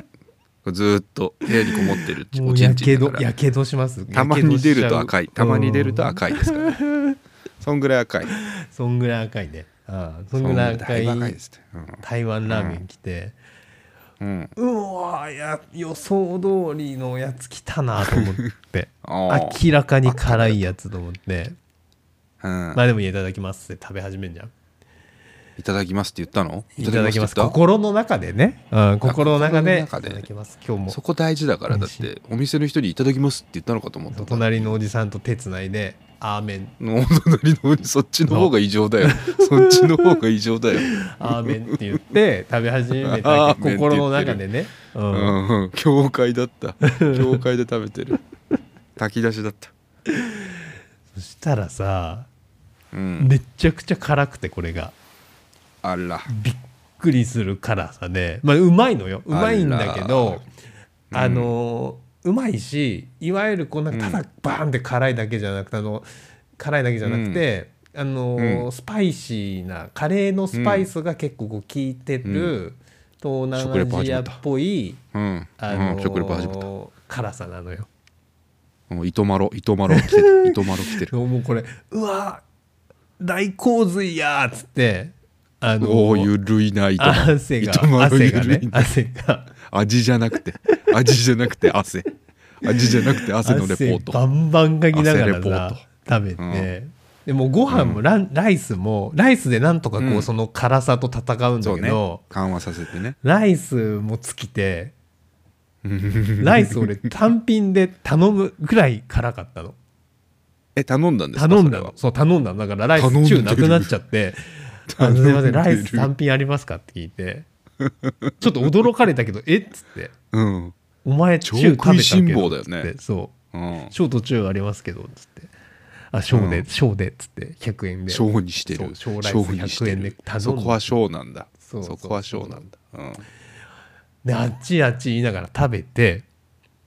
ずーっと部屋にこもってる
も
お
う
ち
や
んち
け
んだ
ど
から
やけどします
たまに出ると赤い
やけどしちゃう
たまに出ると赤いですから、ね、そんぐらい赤い
そんぐらい赤いねああそんぐらい赤い
そんぐらいですね
台湾ラーメン来て、
うん、うん、
うわいや予想通りのやつ来たなと思って
あ
明らかに辛いやつと思って
あ、うん
まあでもいただきますって食べ始めんじゃん
いただきますって言ったの
いただきます
いただきって
心の中でね、うん、心の中でい
心
た
の中で
だきます今日
言った
も
そこ大事だからだってお店の人に「いただきます」って言ったのかと思った
そう隣のおじさんと手つないでアーメ ン
もう隣のそっちの方が異常だよそっちの方が異常だよ、
アーメンって言って食べ始めた
アーメンって言ってる
心の中でね、う、
うんんうん、教会だった教会で食べてる炊き出しだった
そしたらさ
うん
めちゃくちゃ辛くてこれが
あら
びっくりする辛さで、まあ、うまいのようまいんだけどあ,、のうまいしいわゆるこうなんか
うん
ただバーンって辛いだけじゃなくてあの辛いだけじゃなくて、あの
うん
スパイシーなカレーのスパイスが結構こう効いてる、東
食レポ
南アジ
始
ア
め
ったぽい
うん、
あの
うん、食レポ始めた
辛さなのよ。
うん糸まろ糸まろ来て る糸まろ来てる
もうこれうわ大洪水やーっつってあ
おお
の
ゆるいな糸まろ
汗が
糸まろ
汗
ゆ
が
る
ね
いな
汗が。
味じゃなくて味じゃなくて汗味じゃなくて汗のレポー
汗バ
ト
ンバンかきながら
汗レポート
さ食べて、
うん
でもうご飯もラン、ライスもライスでなんとかこう、
うん
その辛さと戦うんだ
そう
け
ね
ど、
緩和させてね
ライスも尽きてライス俺単品で頼むぐらい辛かったの
え頼んだんですか
頼んだ
それ
の
は
そう頼んだのだからライ
頼ん
ス
でる
中なくなっちゃって「あ
頼んで
の
す
い
る
ませんライス単品ありますか?」って聞いてちょっと驚かれたけど「えっ?」つって
うん
「お前中
超
食べた
食
け
い
ど」
しん坊だよね
つってそ
うん
う「小と中ありますけど」つって「あ小で、
うん
小で」っつって100円で
小にしてる
そう小ライス
小にして
100円で
る
頼んで
そこは小なんだ
そうそうそう
そこは小なんだうん
であっちあっち言いながら食べて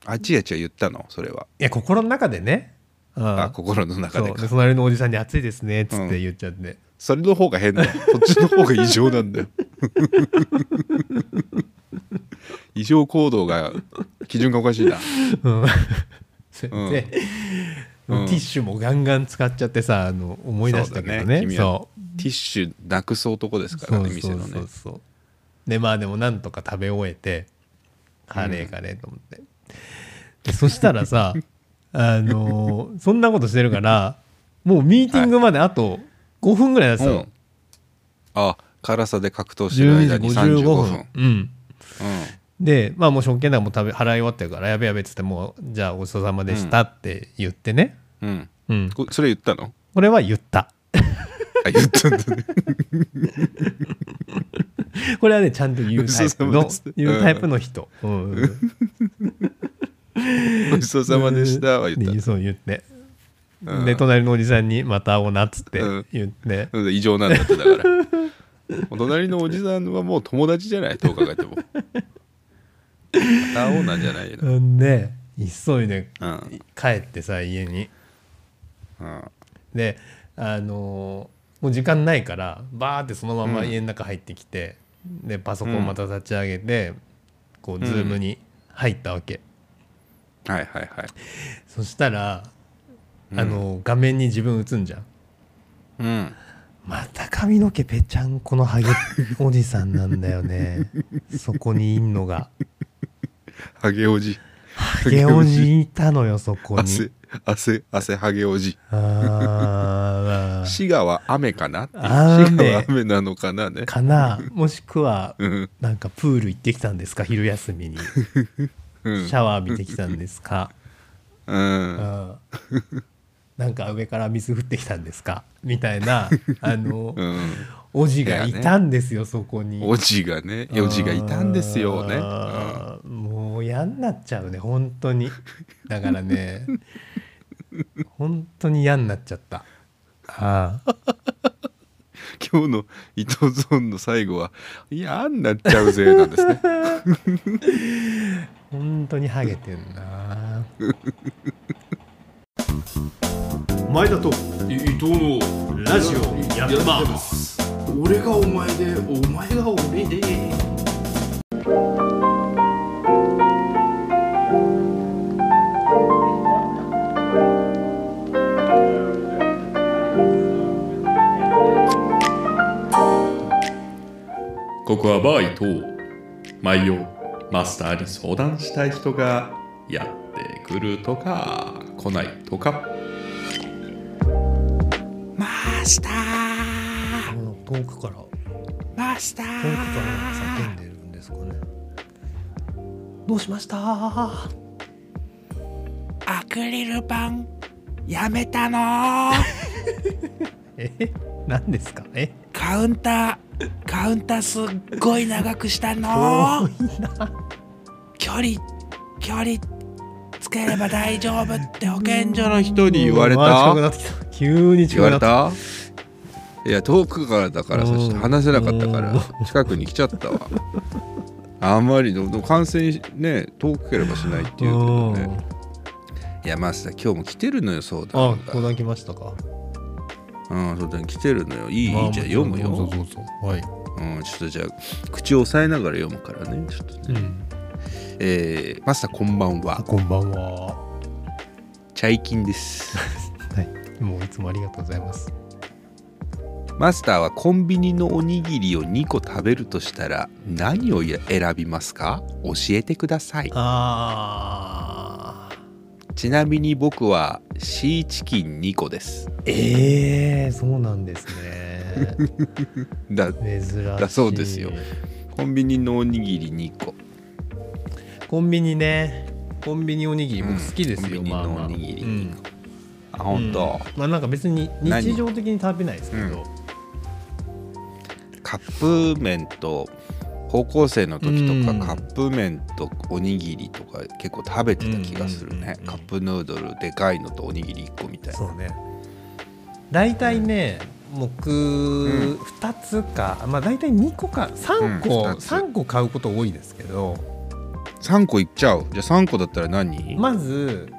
あちやちや言ったのそれはい
や心の中でねあ
あ心の中で
そうで
か
隣のおじさんに「暑いですね」っつって言っちゃって、
それの方が変 だよこっちの方が異常なんだよ異常行動が基準がおかしいな
うん それで、
うん
ティッシュもガンガン使っちゃってさあの思い出したけどね
君は
そ
ティッシュなくす男です
う
からね
そ
店
うそ
の
うそ
ね
うそうでまあでもなんとか食べ終えてカレーカレーと思って、でそした らさあのーそんなことしてるからもうミーティングまであと5分ぐらいだった
う
の、
んあ辛さで格闘してる間
12
に
時
35
55
分
分うんでまあもう食券なんかもう食べ払い終わってるからやべやべっつってもうじゃあごちそうさまでしたって言ってね
うん、うん、
うん、
こそれ言った の
これは言った
あ言ったんだね
これはねちゃんと言うタイプの
嘘様です
言うタイプの人、うん
ごちそうさまで したは言った
でそう言って、
うん
で隣のおじさんに「また会おうな」っつって
うん
言って、
うん異常なんだってだから お隣のおじさんはもう友達じゃないどう考え ても片方なんじゃないの、
ん、で急いで
うん
帰ってさ家に
うん、
であのーもう時間ないからバーってそのまま家の中入ってきて、でパソコンまた立ち上げて、こうズームに入ったわけ、
はいはいはい
そしたら、
うん
あのー画面に自分映んじゃん
うん
また髪の毛ぺちゃんこのハゲおじさんなんだよねそこにいんのが
ハゲおじ
ハゲおじいた のよそこに
汗汗汗ハゲおじ
あー
滋賀は雨かなっていう
雨
滋賀は雨なのかなね
かなもしくは
うん
なんかプール行ってきたんですか昼休みにシ
うん
ャワー浴びてきたんですか、
うん
うんなんか上から水降ってきたんですかみたいなあの、
うん
おじがいたんですよそこに
おじがねおじがいたんですよね、うん
あーもう嫌になっちゃうね本 当にだからね本当に嫌になっちゃったあー
今日の伊藤ゾーンの最後は「いやあんなっちゃうぜ」なんですね
本当にハゲてんな前田と
伊藤のラジオやってます俺がお前でお前が俺で
ここはバー伊藤毎夜マスターに相談したい人がやってくるとか来ないとか
遠くから
マスタ
遠くから叫んでるんですかねどうしました
アクリル板やめた の
え何ですかえ
カウンターカウンターすっごい長くした
遠
の
いな
距離距離つければ大丈夫って保健所の人に言われ
うわ近
た
くなってきた急に
言
近
わ
くな
れ
ってきた
たいや遠くからだから
う
さ
ん
ちょっと話せなかったか
う
ら近くに来ちゃったわあんまりの感染ね遠くければしないっていうけど
うん
ねいやマスター今日も来てるのよそうだ
あ、
う
こだきましたか。
んそうだ来てるのよいいい
あ
いじゃん読むよ
そうそうそう。はい。
うん、ちょっとじゃあ口を押さえながら読むからねちょっとね、
うん。
えーマスターこんばん
あ、
は
こんばんは。
チャイキンです
はい。もういつもありがとうございます。
マスターはコンビニのおにぎりを2個食べるとしたら何をや選びますか教えてください
あ
ちなみに僕はシーチキン2個です
ー。ええー、そうなんです ね。
だ
珍しい。
だそうですよ。コンビニのおにぎり2個
コンビニね。コンビニおにぎり僕好きですよ。
うんコンビニ
まあまあ
のおにぎり
うん
あ本当、
まあなんか別に日常的に食べないですけど。
カップ麺と高校生の時と
うん
かカップ麺とおにぎりとか結構食べてた気がするね、
うん
カップヌードルでかいのとおにぎり1個みたいな
そうね大体ね僕2つか、まあ大体2個か3個、
うん二つ
3個買うこと多いですけど
3個いっちゃうじゃあ3個だったら何、
まず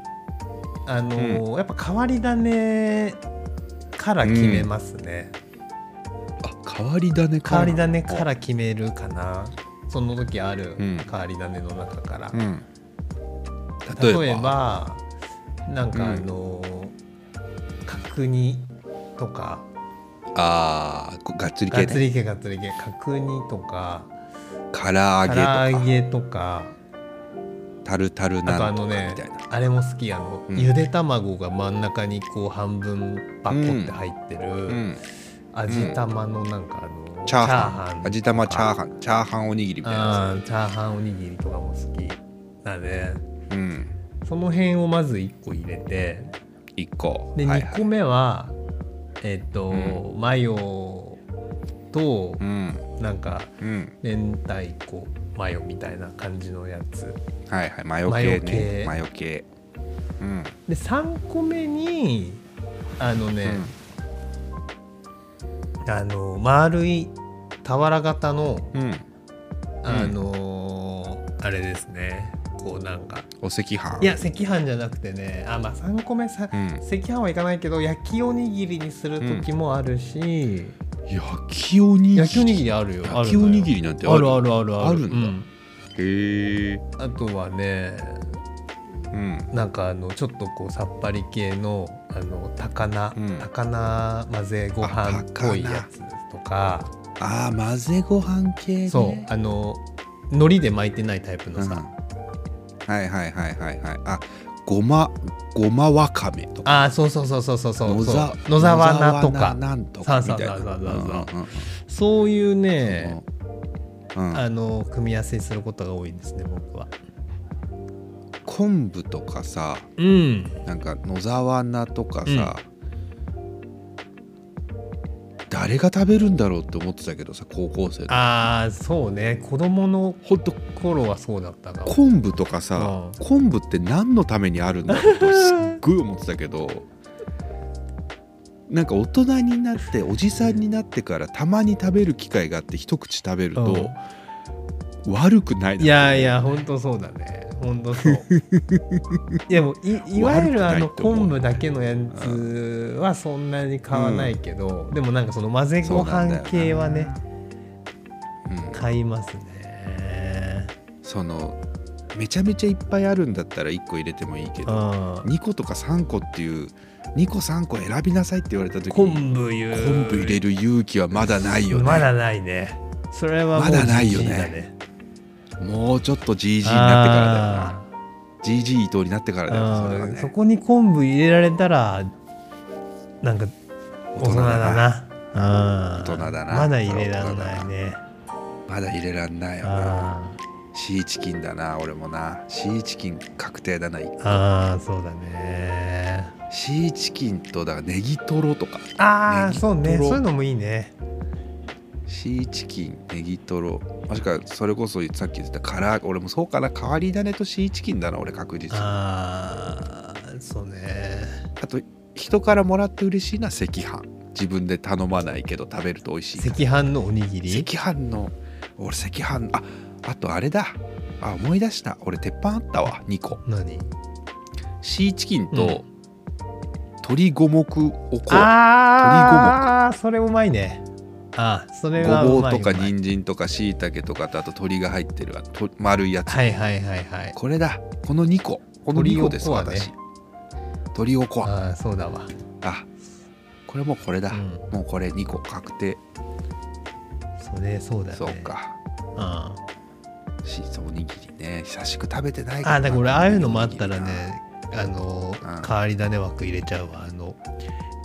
あのーやっぱ変わり種から決めますね、
あ変わり種か
変わり種から決めるかなその時ある
うん
変わり種の中から、
うん例えば
例えばなんかあのー角煮とか
あーこがっつり
が
系
っつ
ね
り系がっつり系角煮とか
唐揚げ
唐
とか
揚げとか
タルタル
あとあ
なんと
の
かみ
ね
たいな、
あれも好きあの、
うん
ゆで卵が真ん中にこう半分パコって入ってる、
うん、
味玉のなんかあの、
チャーハン味玉チャー
ン
ハンチャーハンおにぎりみたいな
あーチャーハンおにぎりとかも好きだね
やつうん
その辺をまず1個入れて
1個
で
はい
2
はい
個目は、えっ、と、
う
マヨと
うん
なんか
うん
明太子マヨみたいな感じのやつ
はいはいマヨ系ね
マ
マヨ系うん
で3個目にあのね、あの丸い俵型の
うん、うん、
あのーあれですねこうなんか
お赤飯
いや赤飯じゃなくてねあまあ3個目さ、
うん
赤飯はいかないけど焼きおにぎりにする時もあるし、
焼きおにぎり
焼きおにぎりあるよあるのよ
焼きおにぎりなんて
あるあるある
あるんだ
うん
へえ
あとはね
うん
なんかあのちょっとこうさっぱり系のあの高菜、
うん
高菜混ぜご飯っぽいやつとか
あー混ぜご飯系ね
そうあの海苔で巻いてないタイプの
うん
さ、
はいはいはいはいはいあごまごまわかめとか
ああそうそうそうそうそうそう
野沢
そう野沢菜
野沢
とか
菜なんとかみたいな
そうそうそうそうそう
うんうん
そういうね、
うんうん
あの組み合わせにすることが多いですね僕は
昆布とかさ
うん
なんか野沢菜とかさ、誰が食べるんだろうって思ってたけどさ高校生の
ああそうね子供の
ほんと
頃はそうだったかも
昆布とかさ、昆布って何のためにあるんだろうとすっごい思ってたけどなんか大人になっておじさんになってからたまに食べる機会があって一口食べると、悪くないない
やいやほんとそうだねほんとそう いやもういいわゆるあの
悪くないと思う
昆布だけのやつはそんなに買わないけど、でもなんかその混ぜご飯系はね
うん
買いますね
そのめちゃめちゃいっぱいあるんだったら1個入れてもいいけ
う
ど
ん
2個とか3個っていう2個3個選びなさいって言われた時に
昆布ゆ
昆布入れる勇気はまだないよね
まだないねそれはもう
まだないよね
じじだ
もうちょっと GG になってからだよな
あ
GG 伊藤になってからだよなそれ
ー
は
うんそ
ね
こに昆布入れられたらなんか大人だな
大
大
人だな
まだ入れられないね
まだ入れらんないよな
あ
シーチキンだな俺もなシーチキン確定だな
ーあーそうだね
シーチキンとだからネギトロとか
ああ
ネギ
そうね
トロ
そういうのもいいね
シーチキンネギトロもしくはそれこそさっき言ってたから俺もそうかな変わり種とシーチキンだな俺確実にあ
ああそうね
と人からもらって嬉しいな赤飯自分で頼まないけど食べると美味しいから
赤飯のおにぎり
赤飯の俺赤飯ああとあれだあ思い出した俺鉄板あったわ2個
何
シーチキン
うん
と鶏五目おこわ
ああそれうまいねああそれは
ご
う
ぼう
まい
とか
うまい
人参とかしいたけとかとあと鶏が入ってるあと丸いやつ
はいはいはいはい
これだこの2個この2個です
鶏おこわね
私鶏おこわ
ああそうだわ
あこれもうこれだ、
うん
もうこれ2個確定
それそうだね
そうか
あ
しそうおにぎりね久しく食べてない
あだから俺ああいうのもあ
お
っ
にぎ
た
りな
らねあの
うん
変わり種枠入れちゃうわあの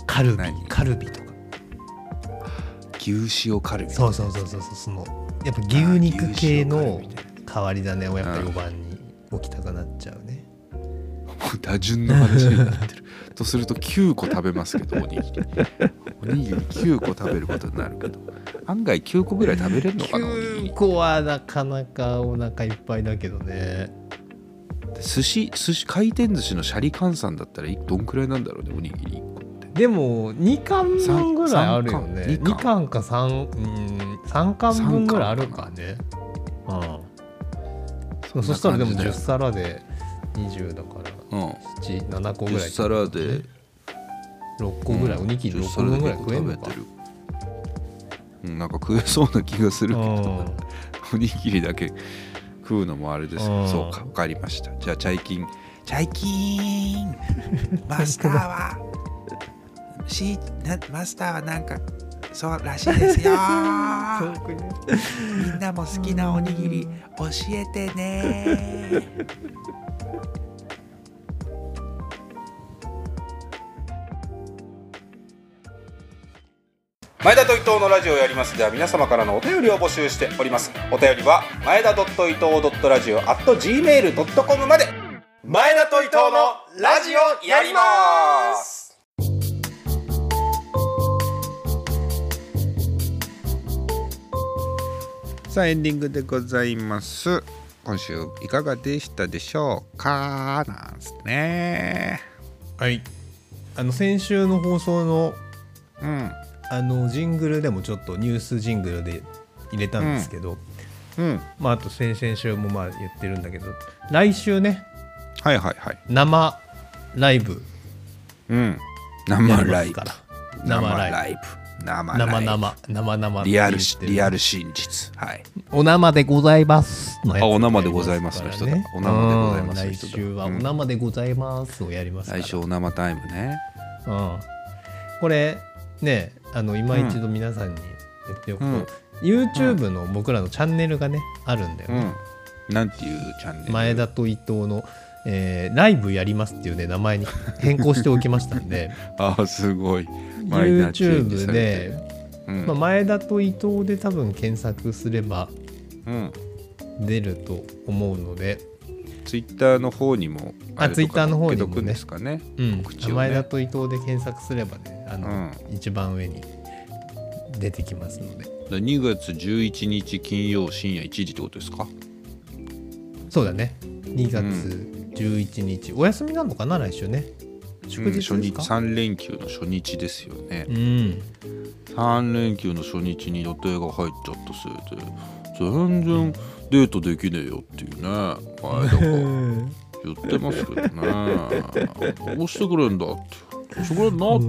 カルビ
何
カルビとか
牛塩カルビ
そうそうそうそうそうそのやっぱ牛肉系の変わり種をやっぱ4番に置きたくなっちゃうね
もう打順の話になってるとすると9個食べますけどおにぎりおにぎり9個食べることになるけど案外9個ぐらい食べれるのかなおにぎり
9個はなかなかお腹いっぱいだけどね
寿司寿司回転寿司のシャリ換算だったらいどんくらいなんだろうねおにぎり1個って
でも2巻分ぐらいあるよね
三
2
三
巻か3うん3巻分ぐらいあるかねうんそしたらでも
そんな感じ
10
だ
皿で20だから
うん
77個ぐ
10
らい
皿で
6個ぐらい、おにぎり
10
6個
皿で
分ぐらい
結構
食えん
食べ
の
て
か
るうんなんか食えそうな気がするけど
うん
おにぎりだけ食うのもあれですけど
うん
そうか分かりましたじゃあチャイキンチャイキ ンマスターはしなマスターはなんかそうらしいですよ みんなも好きなおにぎり教えて ね
前田と伊藤のラジオをやりますでは皆様からのお便りを募集しておりますお便りは前田伊藤ラジオ at gmail.com まで前田と伊藤のラジオやります
さあエンディングでございます今週いかがでしたでしょうかなんすね
はいあの先週の放送の
うん
あのジングルでもちょっとニュースジングルで入れたんですけど、
うん
まああと先々週もまあ言ってるんだけど来週ね
はいはいはい
生ライブ
うん
や
生
りま
ラ
す
イブ
から生ライブ
ブ生ライブ
生生生生
リアル
し
しリアル真実はい
お生でございますのやつ
あお生でございますの人だ
やり
お
からね
生でございます
うん
の
来
人だ
週はお
うん
生でございますをやりますから
来週お生タイムね
うん、これねあの今一度皆さんに言っておくと、
うん
YouTube の僕らのチャンネルがねあるんだよ
う
ね、
んなんていうチャンネル
前田と伊藤の、えーライブやります」っていうね名前に変更しておきました んで
あーすごいマイナーチェンジ
YouTube
され
で、
てるうん
まあ、前田と伊藤で多分検索すれば
うん
出ると思うので、
ツイッターの方にもれとか
あ Twitter の方に
載
もね
っけとくんですかね
うん
告知をね
前田と伊藤で検索すればねあの、
う
一番上に出てきますので
だから2月11日金曜深夜1時ってことですか
そうだね2月11日、お休みなのかな来週ね祝日です
うん初日
か、
3連休の初日ですよね
うん
3連休の初日に予定が入っちゃったせいで全然デートできねえよっていうね前田が。言ってますけどねどうしてくれんだってどうしてくれんなって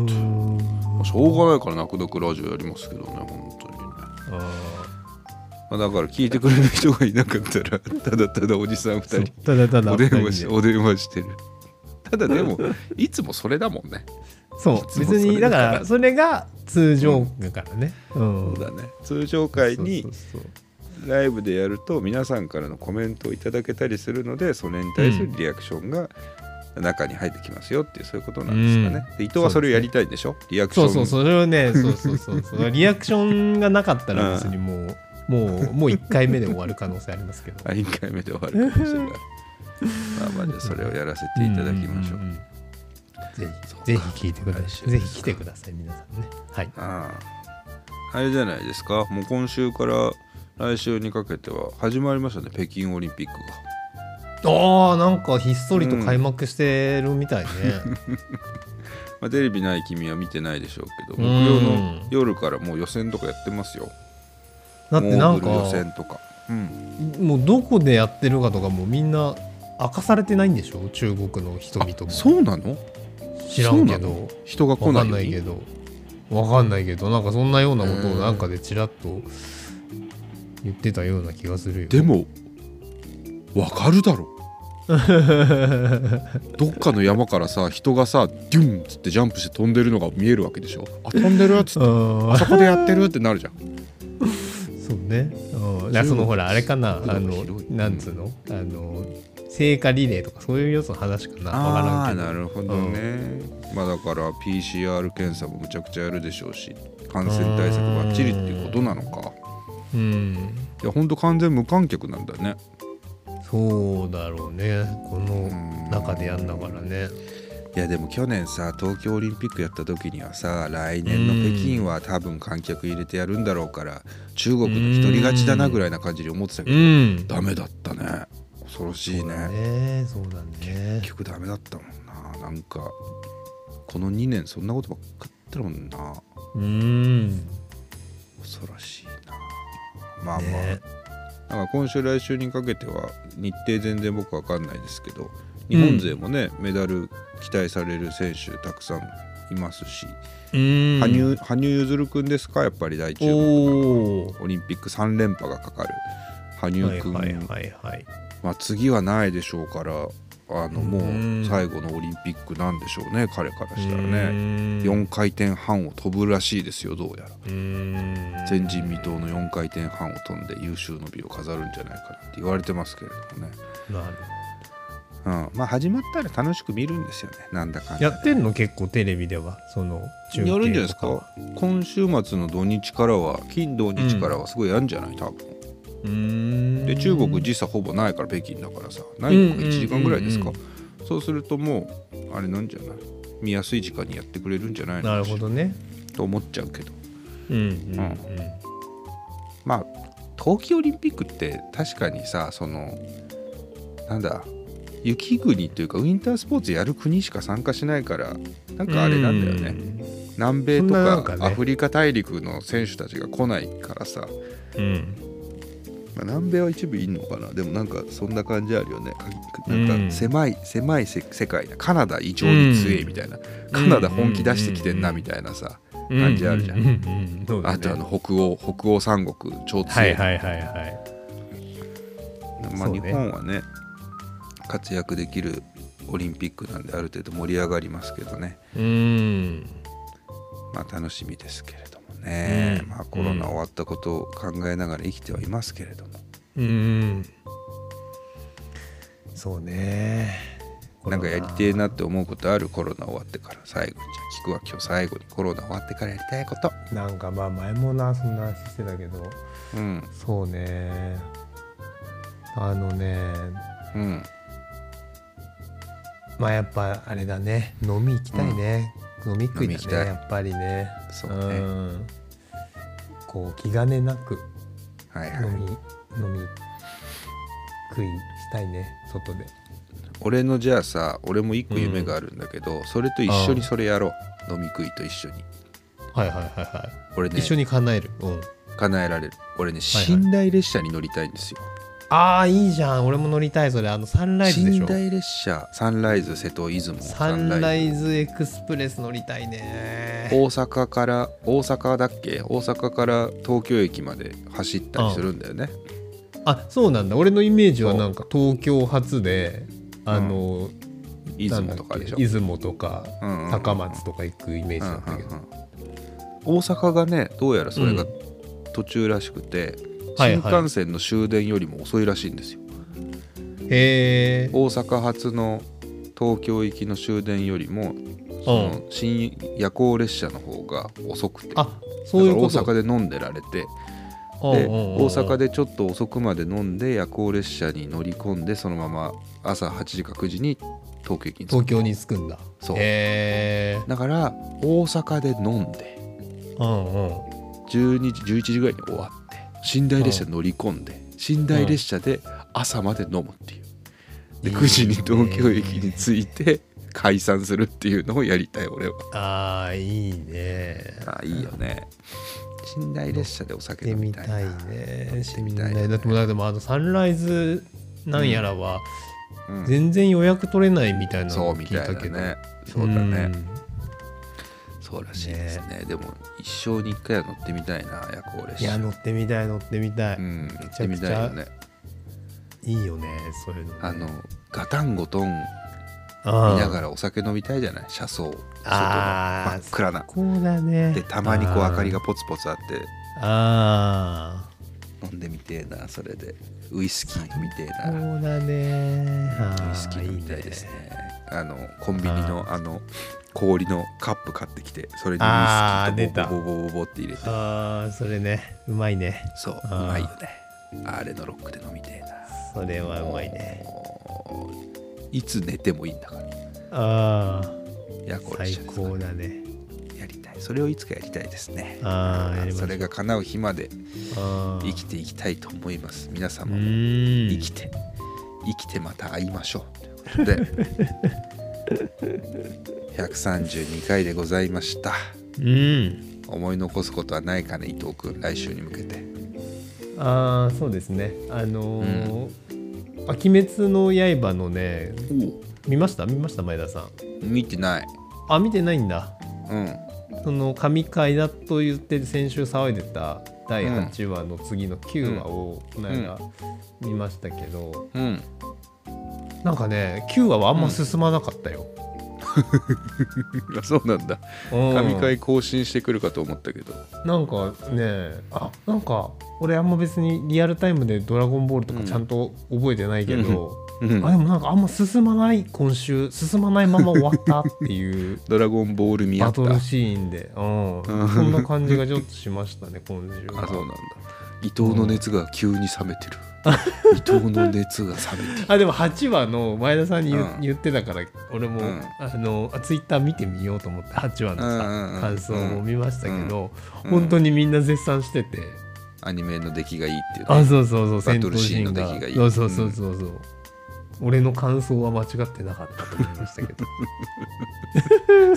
まあしょうがないから泣く泣くラジオやりますけどね本当にね、
あ
まあ、だから聞いてくれる人がいなかったらただただおじさん2
ー
人
ただただ
お電
二人で
話しお電話してるただでもいつもそれだもんね
そう
いつも
別に
それ
だ
だ
か
から
らそれが通常だからねうん
そうだね通常会に
そうそうそう
ライブでやると皆さんからのコメントをいただけたりするのでそれに対するリアクションが中に入ってきますよっていうそういうことなんですかね、
うん
で伊藤はそれをやりたいんでしょリアクショ
そう
ン
そうそれ をねそうそうそうそうリアクションがなかったら別にもう、もうもう1回目で終わる可能性ありま すけど
あ1回目で終わるかもしれ ない。まあまあじゃあそれをやらせていただきましょう。
んんんぜひぜひ聞いてくだ
来
さ
週
いぜひ来てください皆さんねはい
あああれじゃないですかもう今週から来週にかけては始まりましたね北京オリンピックが。
ああなんかひっそりと開幕してるみたいね、
まあ、テレビない君は見てないでしょうけど
う
木
ん
曜の夜からもう予選とかやってますよ。
だってな
モー
ん
グル予選
か
とか。うん、
もうどこでやってるかとかもうみんな明かされてないんでしょ中国の人々も
そうなの
知らんけ
そうな
ど
の人が来な
わか
い
ん
よ
な
う
い
に
けどわかんないけどなんかそんなようなことをなんかでちらっと言ってたような気がするよ
でもわかるだ ろどっかの山からさ人がさデュンっつってジャンプして飛んでるのが見えるわけでしょあ飛んでるっつって
あ
あ
あ
そこでやってるってなるじゃん
そうねうんだからそのほらあれかな
中
あ
国
の
広い
なんつうのあの聖火リレーとかそういう要素の話かな わからんけど
なるほどね、まあだから PCR 検査もむちゃくちゃやるでしょうし感染対策ばっちりっていうことなのか
うん
いやほんと完全無観客なんだね
そそうだろうねこの中でやんだからね
いやでも去年さ東京オリンピックやった時にはさ来年の北京は多分観客入れてやるんだろうから中国の独り勝ちだなぐらいな感じに思ってたけ
う
ど、
ん
ダメだったね恐ろしいね
ねそうだね
結局ダメだったもんななんかこの2年そんなことばっか言ってるもんな
うん
恐ろしいなまあまあ、
ね
なんか今週来週にかけては日程全然僕わかんないですけど日本勢もね、メダル期待される選手たくさんいますし、
うん
羽生羽生結弦君ですかやっぱり大注目
おお
オリンピック3連覇がかかる羽
はい
生君、
はいはいはい
まあ、次はないでしょうからあの
う
も
ん
う最後のオリンピックなんでしょうね彼からしたら
う
ね
ん
4回転半を飛ぶらしいですよどうやら
うん
前人未到の4回転半を飛んで優秀の美を飾るんじゃないかなって言われてますけれどもね、
なる
うん、まあ始まったら楽しく見るんですよねなんだかんだ
やってんの結構テレビではその中継と
やるんじゃないですか今週末の土日からは金土日からはすごいやるんじゃない多分
うん
で中国時差ほぼないから北京だからさないから1時間ぐらいですか、
うん
そうするともうあれなんじゃない見やすい時間にやってくれるんじゃないの
なるほどね
と思っちゃうけど
うんうんうん
まあ冬季オリンピックって確かにさそのなんだ雪国というかウィンタースポーツやる国しか参加しないからなんかあれなんだよね、南米と
そんななん
か
かね
アフリカ大陸の選手たちが来ないからさ、
うん
まあ、南米は一部いんのかなでもなんかそんな感じあるよねか
うん
なんか狭い、狭いせ世界だカナダ異常に強いみたいな、カナダ本気出してきてんなみたいなさ、
うん
感じあるじゃん
うんうんうんそうだね
あとあの北欧北欧三国超強い、
はいはいはいはい
まあ、
そう
日
ね
本はね活躍できるオリンピックなんである程度盛り上がりますけどね
うん
まあ楽しみですけれどもね、
うん
まあ、コロナ終わったことを考えながら生きてはいますけれども、
うんそうね
なんかやりてえなって思うことあるコロナ終わってから最後にじゃあ聞くは今日最後にコロナ終わってからやりたいこと
なんかまあ前もなそんな話してたけど
うん
そうねあのね
うん
まあやっぱあれだね飲み行きたいね、飲み食い
飲み行
だ
き
ね
たい
やっぱりね
そうね
んこう気兼ねなく
はいは
飲み、
い
飲み食いしたいね外で
俺のじゃあさ俺も一個夢があるんだけど、それと一緒にそれやろう飲み食いと一緒に
はいはいはいはい
俺ね
一緒に叶える、うん、
叶えられる俺ね
はい
寝台列車に乗りたいんですよ、
ああいいじゃん俺も乗りたいそれあのサンライズでし
寝
ょ
台列車サンライズ瀬戸出雲
サン
サ
ラ
ン
イズエクスプレス乗りたいね
大阪から大阪だっけ大阪から東京駅まで走ったりするんだよね
あそうなんだ俺のイメージはなんか東京発であの、
出
なんだ
雲
っ
とかでしょ
け出雲とか
うんうんうん
高松とか行くイメージだったけど、
大阪がねどうやらそれが
うん
途中らしくて、
はいはい
新幹線の終電よりも遅いらしいんですよ
へえ
大阪発の東京行きの終電よりもその新夜行列車の方が遅くてだか
あ
ら
そういう
大
こと
阪で飲んでられて
うん
で
うんうんうん
大阪でちょっと遅くまで飲んで夜行列車に乗り込んでそのまま朝8時か9時に東京駅に着く
東京に着くんだ
そう
へえ
だから大阪で飲んで
うんうん
12時11時ぐらいに終わって寝台列車に乗り込んで、寝台列車で朝まで飲むっていうで
いいね
9時に東京駅に着いて解散するっていうのをやりたい俺は
ああいいね
あいいよね寝台列車でお
行
酒
って
飲み
み
たい
たいね
行ってみたいね
みだってもうでもあのサンライズなんやらは
うん
全然予約取れないみたいな
そ
の
う
を
み
聞
た
い
い
た
だ
けど、
ねそうだね
ん
そうらしいですねでも一生に一回は乗ってみたいな夜行列
いや
車
乗ってみたい乗ってみたい、
うん乗
め
っ
ちゃ
て
く
み
ち
たいよ
ゃ
ね
いいよねそういうのね
あのガタンゴトン
あ
見ながらお酒飲みたいじゃない車窓外の
あ
真っ暗な
こうだね
でたまにこう明かりがポツポツあって
あ
飲んでみてえなそれでウイスキー飲みてえ
あこ
な
うだね
ウイスキー飲みたいですねあのコンビニのあの氷のカップ買ってきてそれにウイ
あー
スキーとボ
出
ボボボボボって入れて
ああそれねうまいね
そうう
あー
まいよねあれのロックで飲みてえな
それはうまいね
いつ寝てもいいんだから
ああ
夜行列
最
車です
高だね
やりたいそれをいつかやりたいですね
ああやりまし
そ
ょ
れ
う
が叶う日まで
あー
生きていきたいと思います皆
う
様も
ーん
生きて生きてまた会いましょうということ で132回でございました
うん
思い残すことはないかね伊藤君来週に向けて
ああそうですねあのーあ鬼滅の刃」のね見ました見ました前田さん
見てない
あ見てないんだ
うん
その神回だと言って先週騒いでた第8話の次の9話をこの間見ましたけど、
うん
なんかね9話はあんま進まなかったよ、
あ そうなんだ
うん
神回更新してくるかと思ったけど
なんかねあなんか俺あんま別にリアルタイムで「ドラゴンボール」とかちゃんと覚えてないけど、
うん
あでもなんかあんま進まない今週進まないまま終わったっていう
ドラゴンボール見合
バ
った
トルシーンで、うん、そんな感じがちょっとしましたね今週は
あそうなんだ伊藤の熱が急に冷めてる伊藤の熱が冷めてる
あでも8話の前田さんに言,、
うん
言ってたから俺も、
うん
あのツイッター見てみようと思って8話のさ、
うんうんうん
感想を見ましたけど、
うん
本当にみんな絶賛してて、
アニメの出来がいいっていうね
あそうそうそう
バトルシーンの
戦
出
闘
来がいい
そうそうそうそうそう、俺の感想は間違ってなかったと思いましたけ ど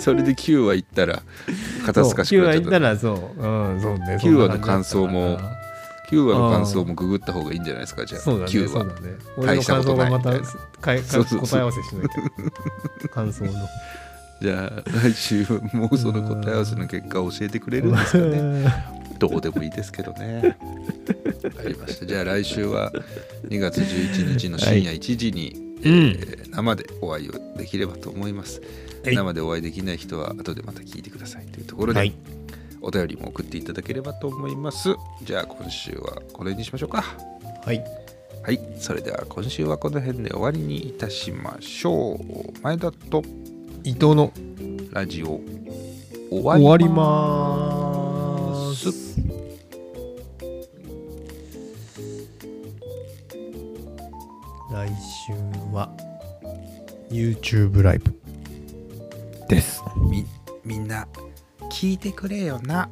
それで9話いったら肩すかし
9
くなっ
話
ちゃ
い
っ
ったたらそう、うん、そうね
9話の
そんな感じだったか
感想も
な
9話の感想もググった方がいいんじゃないですかじゃあ
そうだね、
9
そう
話
だね。俺の感想がまた
大し
かい
そう
か
そうそう
答え合わせしなきゃ。感想の。
じゃあ来週もうその答え合わせの結果を教えてくれるんですかねどうでもいいですけど ねありましたじゃあ来週は2月11日の深夜1時に、えー生でお会いをできればと思います、
はい
生でお会いできない人は後でまた聞いてくださいというところで、
はい
お便りも送っていただければと思いますじゃあ今週はこれにしましょうか
はい。
はい、それでは今週はこの辺で終わりにいたしましょう。前田と
伊藤の
ラジオ終わ
終
り
わります。来週は YouTube ライブです。
みみんな聞いてくれよな。